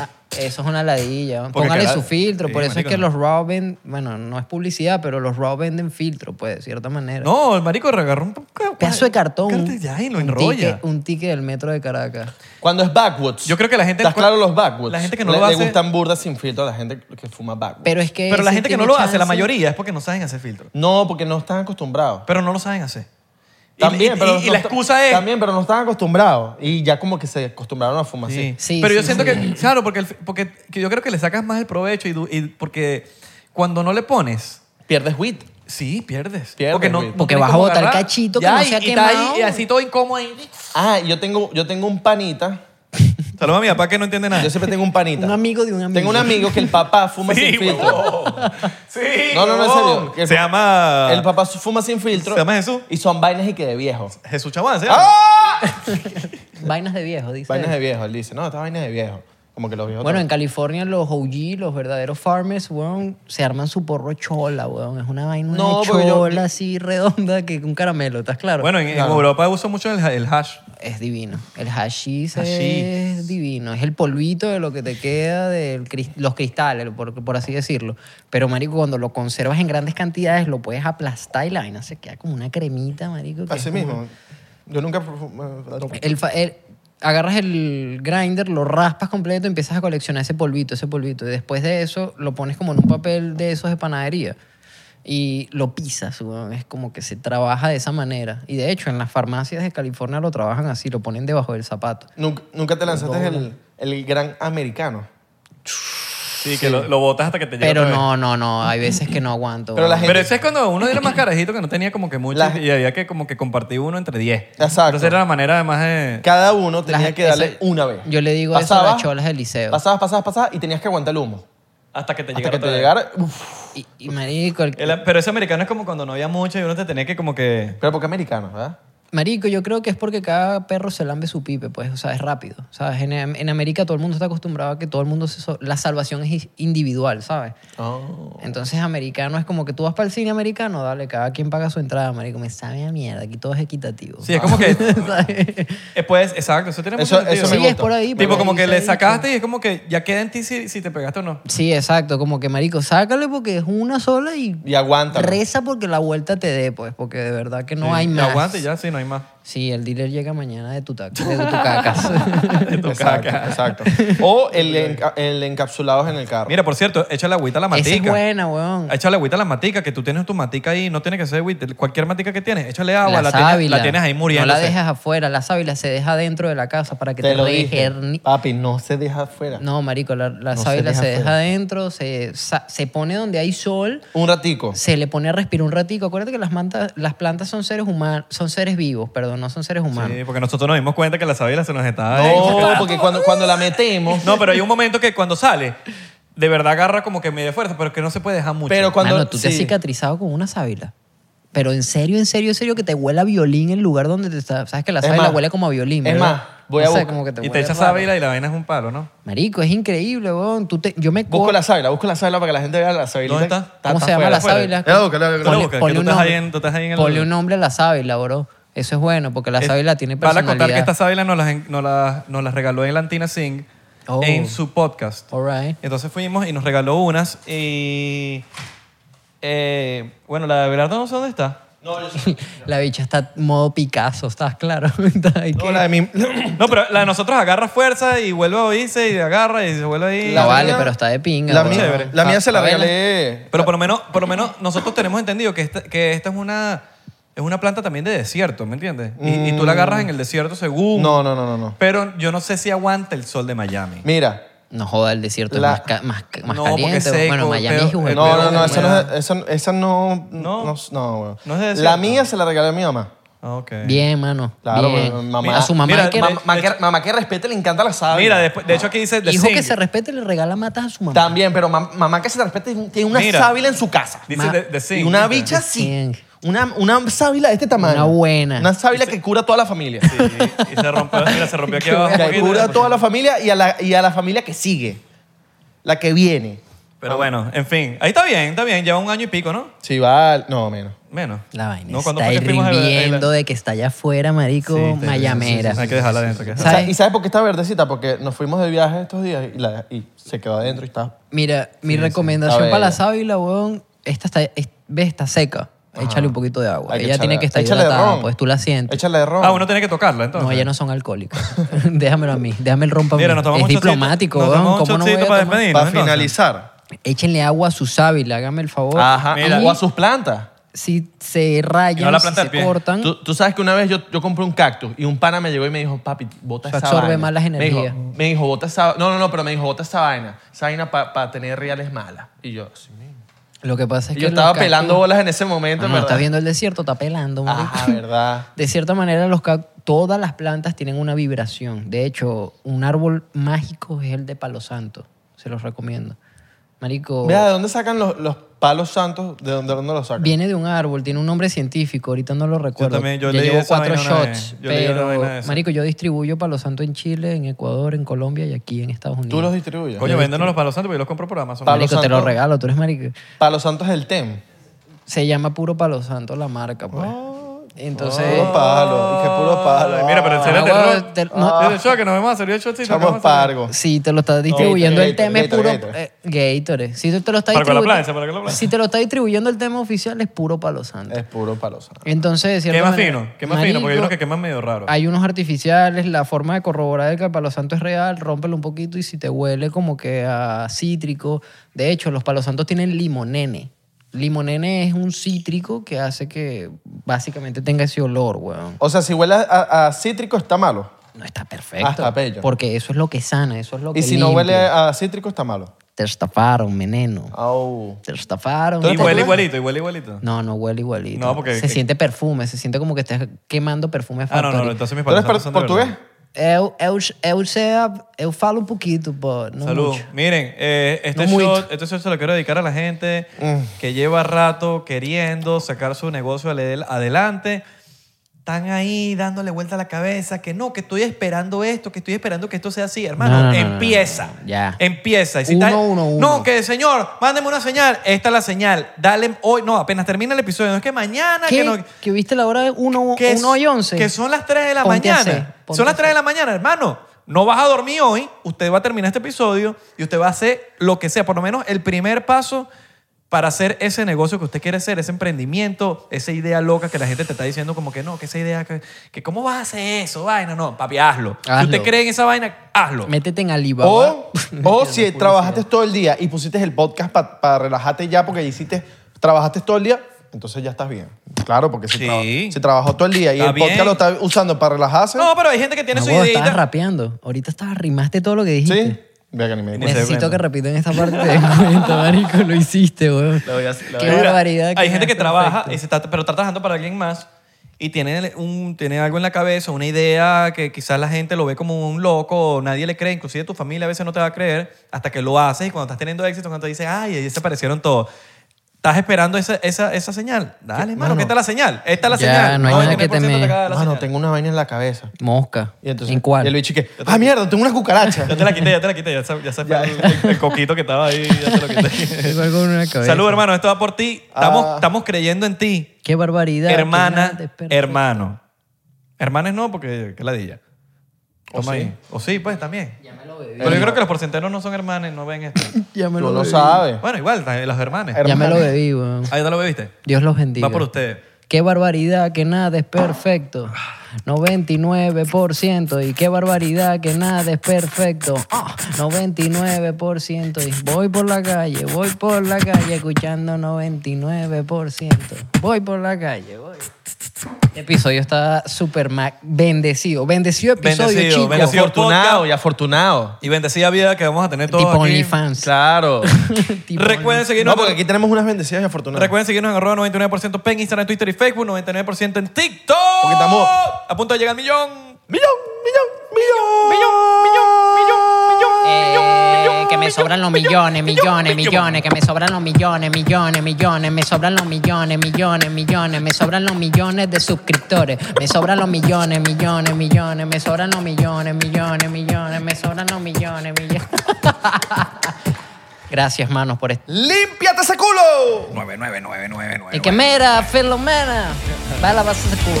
B: Ah, Eso es una ladilla.
C: Porque
B: Póngale
C: cada-
B: su filtro.
C: Sí,
B: por eso
C: marico,
B: es que
C: no.
B: los RAW venden... Bueno, no es publicidad, pero los RAW venden filtro, pues, de cierta manera.
C: No, el marico agarró un poco-
B: Pedazo de cartón.
C: Cárate Ya, y lo
B: un
C: enrolla.
B: ticket- Un ticket del metro de Caracas.
A: Cuando es backwoods.
C: Yo creo que la gente-
A: ¿Estás claro los backwoods?
C: La gente que no
A: le,
C: lo
A: le
C: hace-
A: gustan burdas sin filtro a la gente que fuma backwoods.
B: Pero es que...
C: Pero la
B: ese
C: gente que no
B: tiene
C: lo hace, la
B: chance.
C: mayoría, es porque no saben hacer filtro.
A: No, porque no están acostumbrados.
C: Pero no lo saben hacer. Y-
A: También,
C: y, y-
A: pero
C: y
A: no
C: la
A: está-
C: excusa es...
A: También, pero no están acostumbrados. Y ya como que se acostumbraron a fumar
C: Sí.
A: así.
B: Sí,
C: pero yo
B: sí,
C: siento
B: sí.
C: que, claro, porque, el- porque que yo creo que le sacas más el provecho y, du- y porque cuando no le pones,
A: Pierdes wit.
C: sí, pierdes.
A: Pierdes,
C: porque no,
A: güey.
C: no
B: Porque
C: tienes
B: vas a
C: cómo
B: botar
C: agarrar.
B: cachito que
C: Ya,
B: no
C: y,
B: se ha
C: y está ahí,
B: quemado.
C: y así todo incómodo ahí.
A: Ah, yo tengo, yo tengo un panita.
C: Saludos a mi papá que no entiende nada.
A: Yo siempre tengo un panita.
B: Un amigo de un amigo.
A: Tengo un amigo que el papá fuma
C: Sí,
A: sin filtro.
C: huevón. Sí,
A: No, no, no, en
C: huevón.
A: serio. Que el
C: Se
A: pa-
C: llama...
A: El papá fuma sin filtro.
C: ¿Se llama Jesús?
A: Y son vainas y que de viejo.
C: Jesús Chaván, ¿sí?
A: Ah,
B: Vainas de viejo, dice.
A: Vainas de viejo, él dice. No, esta vaina es de viejo. Como que los viejos.
B: Bueno, en California los OG, los verdaderos farmers, weón, se arman su porro chola, weón. Es una vaina
A: No,
B: de
A: porque yo-
B: chola así redonda que un caramelo, ¿estás claro?
C: Bueno, en, en
A: Claro.
C: Europa uso mucho el, ha- el hash.
B: es divino. El hashish,
C: Hashish.
B: es divino. Es el polvito de lo que te queda de los cristales, por, por así decirlo. Pero, marico, cuando lo conservas en grandes cantidades, lo puedes aplastar y la vaina se queda como una cremita, marico. que
A: Así
B: es como-
A: mismo. Yo nunca. fumé-
B: El fa- el- agarras el grinder, lo raspas completo, empiezas a coleccionar ese polvito, ese polvito. Y después de eso, lo pones como en un papel de esos de panadería. Y lo pisas, weón. es como que se trabaja de esa manera. Y de hecho, en las farmacias de California lo trabajan así, lo ponen debajo del zapato.
A: Nunca, nunca te lanzaste el, el gran americano.
C: Sí, que lo, lo botas hasta que te llegue
B: Pero
C: otra vez.
B: no, no, no, hay veces que no aguanto.
A: Pero
B: weón.
A: la gente-
C: Pero ese es cuando uno era más carajito que no tenía como que mucho
A: La-
C: y había que como que compartir uno entre 10.
A: Exacto.
C: Entonces era la manera además de... eh,
A: Cada uno tenía
B: Las-
A: que darle
B: esa-
A: una vez.
B: yo le digo eso a las cholas del liceo.
A: Pasabas, pasabas, pasabas y tenías que aguantar el humo.
C: Hasta que te
A: Hasta
C: llegara.
A: que
C: otra
A: te
C: vez.
A: llegara. uf.
B: Y, y, marico, el-
C: El- pero ese americano es como cuando no había mucho y uno te tenía que como que...
A: Pero porque americano, ¿verdad?
B: Marico, yo creo que es porque cada perro se lambe su pipe, pues, o sea, es rápido, ¿sabes? En, en América todo el mundo está acostumbrado a que todo el mundo se... so- la salvación es individual, ¿sabes? Oh. Entonces, americano es como que tú vas para el cine americano, dale, cada quien paga su entrada, marico, me sabe a mierda, aquí todo es equitativo.
C: Sí, es como que...
B: ¿Sabes?
C: eh, pues, exacto, eso tiene mucho
A: Eso- eso
C: sentido.
A: me
B: Sí, es
A: gusta.
B: por ahí. por
C: tipo
B: ahí
C: como que
B: se ha
C: le
B: dicho.
C: sacaste y es como que ya queda en ti si, si te pegaste o no.
B: Sí, exacto, como que, marico, sácale porque es una sola y...
A: Y aguanta.
B: Reza porque la vuelta te dé, pues, porque de verdad que no hay
C: Y
B: más.
C: Aguante ya, sí, no hay más.
B: Sí, el dealer llega mañana de tu, tac- de tu cacas.
A: Exacto, exacto. O el, enca- el encapsulado en el carro.
C: Mira, por cierto, échale agüita a la matica.
B: Esa es buena, weón.
C: Mm. Échale agüita a la matica, que tú tienes tu matica ahí, no tiene que ser agüita, cualquier matica que tienes, échale agua, la, tienes,
B: sábila.
C: la tienes ahí muriendo.
B: No la dejas afuera, la sábila se deja dentro de la casa para que te,
A: te lo dije.
B: regerni-
A: Papi, no se deja afuera.
B: No, marico, la, la
A: No se
B: sábila
A: deja
B: se deja
A: afuera.
B: adentro, se, sa- se pone donde hay sol,
A: Un ratico.
B: se le pone a respirar un ratico. Acuérdate que las, mantas, las plantas son seres humanos, son seres vivos, perdón, no son seres humanos.
C: Sí, porque nosotros nos dimos cuenta que la sábila se nos estaba...
A: No, porque cuando, cuando la metemos.
C: No, pero hay un momento que cuando sale, de verdad agarra como que medio fuerza, pero que no se puede dejar mucho.
A: Pero cuando.
B: Mano, tú te has
A: sí.
B: cicatrizado con una sábila. Pero en serio, en serio, en serio, que te huela a violín el lugar donde te está. Sabes que la
A: Es
B: sábila
A: más,
B: huele como a violín.
A: es
B: ¿verdad?
A: más, voy a
B: O sea,
A: buscar-
B: como que te
C: y te
B: huele
C: echas
B: raro.
C: sábila y la vaina es un palo, ¿no?
B: Marico, es increíble, weón. Tú te, yo me
A: Busco
B: co-
A: la sábila, busco la sábila para que la gente vea la sábila.
C: ¿Dónde está?
B: ¿Cómo se llama la sábila?
A: Ya, búscala, búscala.
B: Ponle-
C: Busca, que
B: ponle
C: tú
B: un
C: estás ahí
B: nombre.
C: en- tú estás ahí en el-
B: Ponle un nombre a la sábila, bro. Eso es bueno, porque la sábila tiene
C: Para
B: personalidad.
C: contar que esta sábila nos las, en- nos las, nos las regaló Elantina Singh
B: Oh.
C: en su podcast.
B: All right.
C: Entonces fuimos y nos regaló unas y... eh, bueno, la de Abelardo no sé dónde está.
B: La bicha está modo Picasso, ¿estás claro? Está ahí
A: No,
B: que-
A: la de mi.
C: No, pero la de nosotros agarra fuerza y vuelve a oírse y agarra y se vuelve ahí.
B: La
A: La
B: vale,
A: mía-
B: pero está de pinga.
A: La
B: bro.
A: mía, la
C: Ah,
A: mía se la
B: Sábila.
A: regalé.
C: Pero por lo menos, por lo menos nosotros tenemos entendido que esta, que esta es una es una planta también de desierto, ¿me entiendes? Y, y tú la agarras en el desierto según.
A: No, no, no, no. no.
C: Pero yo no sé si aguanta el sol de Miami.
A: Mira,
B: No joda, el desierto
A: La-
B: es más, ca- más, ca- más
C: No, porque
B: caliente.
C: seco,
B: bueno, Miami
C: pero-
B: es un
C: eh,
A: No,
C: Pero
A: no, no,
C: de
A: esa no,
C: humedad.
A: es, esa, esa no,
C: No.
A: no, no, weón.
C: No es de desierto.
A: La mía se la regalé a mi mamá.
C: Ah, ok.
B: Bien, mano.
A: Claro,
B: bien.
A: porque mamá-
B: a su mamá
C: Mira,
B: hay que...
C: de-
A: Mamá, que, mamá que respete, le encanta la sábila.
C: Mira, después- de hecho aquí dice The
B: hijo que
C: Sing.
B: se respete le regala matas a su mamá.
A: También, pero mam- mamá que se la respete tiene una
C: Mira.
A: sábila en su casa.
C: Dice
B: Ma-
C: The, The Sing,
A: y una
C: ¿viste?
A: bicha
B: The Sing.
A: así. Una, una sábila de este tamaño.
B: Una buena.
A: Una sábila que cura a toda la familia.
E: Y, y se rompió, mira, se rompió aquí abajo. un
A: que
E: poquito.
A: cura a toda la familia y a la, y a la familia que sigue. La que viene.
E: Ah.
C: Pero bueno, en fin. Ahí está bien, está bien. Lleva un año y pico, ¿no?
A: Sí, va. No, menos.
C: Menos.
B: La vaina
C: No, ¿cuándo
B: está
C: fue que fuimos a la- a la-
B: hirviendo de que está allá afuera, marico,
C: Sí, está-
B: mayamera.
C: Hay que dejarla adentro. hay que
A: O
C: dejarla.
A: sea,
B: ¿Sabes?
A: ¿Y sabes por qué está verdecita? Porque nos fuimos de viaje estos días y, la- y se quedó adentro y está.
B: Mira, mi
A: Está
B: recomendación
A: bella.
B: para la sábila, weón, esta está, es- ves, está seca. Échale un poquito de agua.
A: Hay que
B: ella
A: echarle-
B: tiene que estar
A: échale de
B: hidratada,
A: ron.
B: pues tú la sientes.
A: Échale de ron.
C: Ah, uno tiene que tocarla, entonces.
B: No, ellas no son alcohólicas. Déjamelo a mí, déjame el rompa a mí.
C: Mira, nos tomamos
B: Es
C: un shotcito.
B: diplomático,
C: Nos
B: weón.
C: tomamos un
B: ¿cómo no voy
C: shotcito
B: a
C: para
B: tomar?
C: despedir.
A: Para
C: entonces.
A: finalizar.
B: Échenle agua a su sábila, hágame el favor.
A: Ajá.
C: Mira.
A: O a sus plantas.
B: Si se rayan,
C: Y no la
B: si
C: planta
B: se
C: del pie.
B: cortan,
A: Tú, tú sabes que una vez yo, yo compré un cactus y un pana me llegó y me dijo, papi, bota
B: Eso
A: esa
B: absorbe
A: vaina.
B: malas
A: Me dijo-
B: energías.
A: Me dijo, bota esa No, no, no, pero me dijo, bota esa vaina. Esa vaina para tener reales malas. Y yo, sí, mismo.
B: lo que pasa es
A: Y
B: que...
A: yo
B: los
A: estaba
B: cactus-
A: pelando bolas en ese momento,
B: Ah,
A: ¿verdad?
B: estás viendo el desierto, está pelando, marico.
A: Ajá, ¿verdad?
B: De cierta manera, los cac- todas las plantas tienen una vibración. De hecho, un árbol mágico es el de palo santo. Se los recomiendo. Marico,
A: Vea, ¿de dónde sacan los, los palos santos? ¿De dónde, de dónde los sacan?
B: viene de un árbol, tiene un nombre científico, ahorita no lo recuerdo.
C: también, yo
B: ya
C: leí
B: llevo
C: esa
B: cuatro
C: vaina una vez.
B: shots,
C: Yo leí una
B: pero
C: vaina de esa.
B: marico, yo distribuyo palo santo en Chile, en Ecuador, en Colombia y aquí en Estados Unidos.
A: Tú los distribuyes.
C: Coño, véndenos los palos santos porque yo los compro por Amazon.
A: Palo
B: marico, te
A: santo.
B: lo regalo, tú eres marico.
A: Palos santos del TEM.
B: Se llama puro palo santo la marca, pues.
A: Oh.
B: Entonces,
A: Puro palo. Y qué puro palo.
C: Ay, Ah, Mira, pero en serio,
B: Ah,
C: te
B: bueno,
C: ro-
B: te- no-
C: Desde el show, que nos vemos a servir el shotcito, que vamos a
A: Chamos
C: hacer-
A: pargo.
B: Si te lo está distribuyendo el tema es
A: Gatorade,
B: puro
A: Gatorade.
B: eh, Gatorade. Si te, te lo está
C: Para con la
B: distribuyendo.
C: plancha, para con la plancha.
B: Si te lo está distribuyendo el tema oficial es puro palo santo.
A: Es puro palo santo.
B: Entonces, de cierta
C: Quema
B: manera,
C: fino, quema fino, porque hay
B: marico,
C: unos que queman medio raro.
B: hay unos artificiales, la forma de corroborar que el palo santo es real, rómpelo un poquito y si te huele como que a cítrico. De hecho, los palos santos tienen limonene. Limonene es un cítrico que hace que básicamente tenga ese olor, weón.
A: O sea, si huele a, a cítrico, está malo.
B: No está perfecto.
A: Hasta bello.
B: Porque eso es lo que sana, eso es lo que
A: Y si no
B: limpia.
A: huele a cítrico, está malo.
B: Te estafaron, meneno.
A: Au.
B: Te lo estafaron.
C: Y huele igualito, y huele igualito.
B: No, no huele igualito.
C: No, porque-
B: se siente perfume, se siente como que estás quemando perfume
C: Ah, no,
B: factory.
C: no, no, entonces mis
A: ¿Tú eres
C: palos santos
A: per-
C: son de verdad.
A: portugués?
B: Eu, eu, eu, sei a- eu falo un poquito, pero no
C: Salud.
B: mucho.
C: Miren, eh, este,
B: No mucho. Mm.
C: shot, este shot se lo quiero dedicar a la gente que lleva rato queriendo sacar su negocio adel- adelante. Están ahí dándole vuelta a la cabeza, que no, que estoy esperando esto, que estoy esperando que esto sea así. Hermano,
B: No, no, no,
C: empieza.
B: no, no, no. Ya.
C: Empieza. Y si
B: Uno,
C: está-
B: uno, uno.
C: No, que señor, mándeme una señal. Esta es la señal. Dale hoy. No, apenas termina el episodio. No es que mañana.
B: ¿Qué?
C: Que no,
B: ¿Que viste la hora de 1
C: que es-
B: y 11?
C: Que son las 3 de la
B: Ponte a
C: mañana.
B: hacer, ponte
C: son las
B: a
C: 3 de la mañana, hermano. No vas a dormir hoy. Usted va a terminar este episodio y usted va a hacer lo que sea, por lo menos el primer paso para hacer ese negocio que usted quiere hacer, ese emprendimiento, esa idea loca que la gente te está diciendo como que no, que esa idea, que, que cómo vas a hacer eso, vaina, no, papi, hazlo. Si
B: Hazlo.
C: usted cree en esa vaina, hazlo.
B: Métete en Alibaba.
C: Oh,
A: O, o si trabajaste todo el día y pusiste el podcast para relajarte ya porque hiciste, trabajaste todo el día, entonces ya estás bien. Claro, porque si,
C: Sí.
A: traba- si trabajó todo el día y
C: Está
A: el podcast
C: bien.
A: lo está usando para relajarse,
C: No, pero hay gente que tiene
B: No,
C: su
B: huevón, estabas
C: idea.
B: rapeando. Ahorita estabas, rimaste todo lo que dijiste.
A: ¿sí? Vea que ni me di
C: Ni se
A: cuenta.
B: Necesito
C: cuenta.
B: que repitan esta parte de cuenta, marico. Lo hiciste, weón.
A: Lo voy a hacer, lo
B: Qué
A: voy a
C: Mira,
B: barbaridad.
C: Hay gente que
B: perfecto.
C: trabaja, y se está- pero está trabajando para alguien más y tiene, un, tiene algo en la cabeza, una idea que quizás la gente lo ve como un loco, o nadie le cree, inclusive tu familia a veces no te va a creer, hasta que lo haces y cuando estás teniendo éxito, cuando te dices, ay, ahí se aparecieron todos. Estás esperando esa, esa, esa señal. Dale, hermano, que está la señal. Esta es la
B: Ya,
C: señal.
B: no hay nada que
C: 99%
B: temer.
C: acaba de dar la
A: Mano,
C: señal.
A: tengo una vaina en la cabeza.
B: Mosca.
A: Y entonces,
B: ¿En cuál?
A: Y el bicho que, ah, mierda, tengo una cucaracha.
C: Ya te la quité, ya te la quité, ya se, ya se fue el, el- el coquito que estaba ahí, ya te lo quité.
B: Tengo algo en la cabeza.
C: Salud, hermano, esto va por ti. Estamos,
A: Ah.
C: estamos creyendo en ti.
B: Qué barbaridad. qué grande,
C: hermana,
B: perfecto.
C: hermano. Hermanes no, porque qué ladilla.
A: O
C: Toma
A: sí.
C: ahí. O sí, pues también. Pero yo
A: Hermano.
C: creo que los porcenteros no son hermanes, no ven esto.
B: Ya me
A: Tú
B: lo
A: lo
B: bebí.
A: sabes.
C: bueno, igual, ta- los hermanes.
A: Her-
B: Ya me lo bebí, weón.
C: Ahí te lo bebiste.
B: Dios los bendiga.
C: Va por ustedes.
B: Qué barbaridad que nada es perfecto. 99% y qué barbaridad que nada es perfecto. Ah, 99% y voy por la calle, voy por la calle escuchando 99%. Voy por la calle, voy. Este episodio está super ma- bendecido. Bendecido episodio,
C: Bendecido,
B: chicos.
A: Y
C: bendecido.
A: afortunado,
C: Podcast.
A: y afortunado.
C: Y bendecida vida que vamos a tener todos
B: Tipo
C: aquí.
B: OnlyFans.
A: Claro.
B: Tipo
C: Recuerden
A: no,
C: seguirnos,
A: porque aquí tenemos unas bendecidas y afortunadas.
C: recuerden seguirnos en arroba 99% en Instagram, Twitter y Facebook, 99% en TikTok.
A: Porque estamos-
C: a punto de llegar al millón.
A: Millón, millón, millón, millón, millón, millón, millón.
B: Eh, que me me sobran los millones, millones, millones, que me sobran los millones, millones, millones, me sobran los millones, millones, millones, me sobran los millones de suscriptores, me sobran los millones, millones, millones, me sobran los millones, millones, millones, me sobran los millones, millones. Gracias, manos, por esto.
A: ¡Límpiate ese culo!
C: 99999.
B: Y que mera, Filomena, va a lavarse ese culo.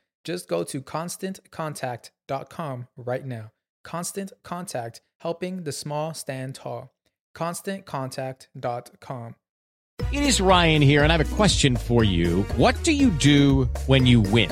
F: Just go to constantcontact.com right now. Constant Contact, helping the small stand tall. ConstantContact.com.
G: It is Ryan here, and I have a question for you. What do you do when you win?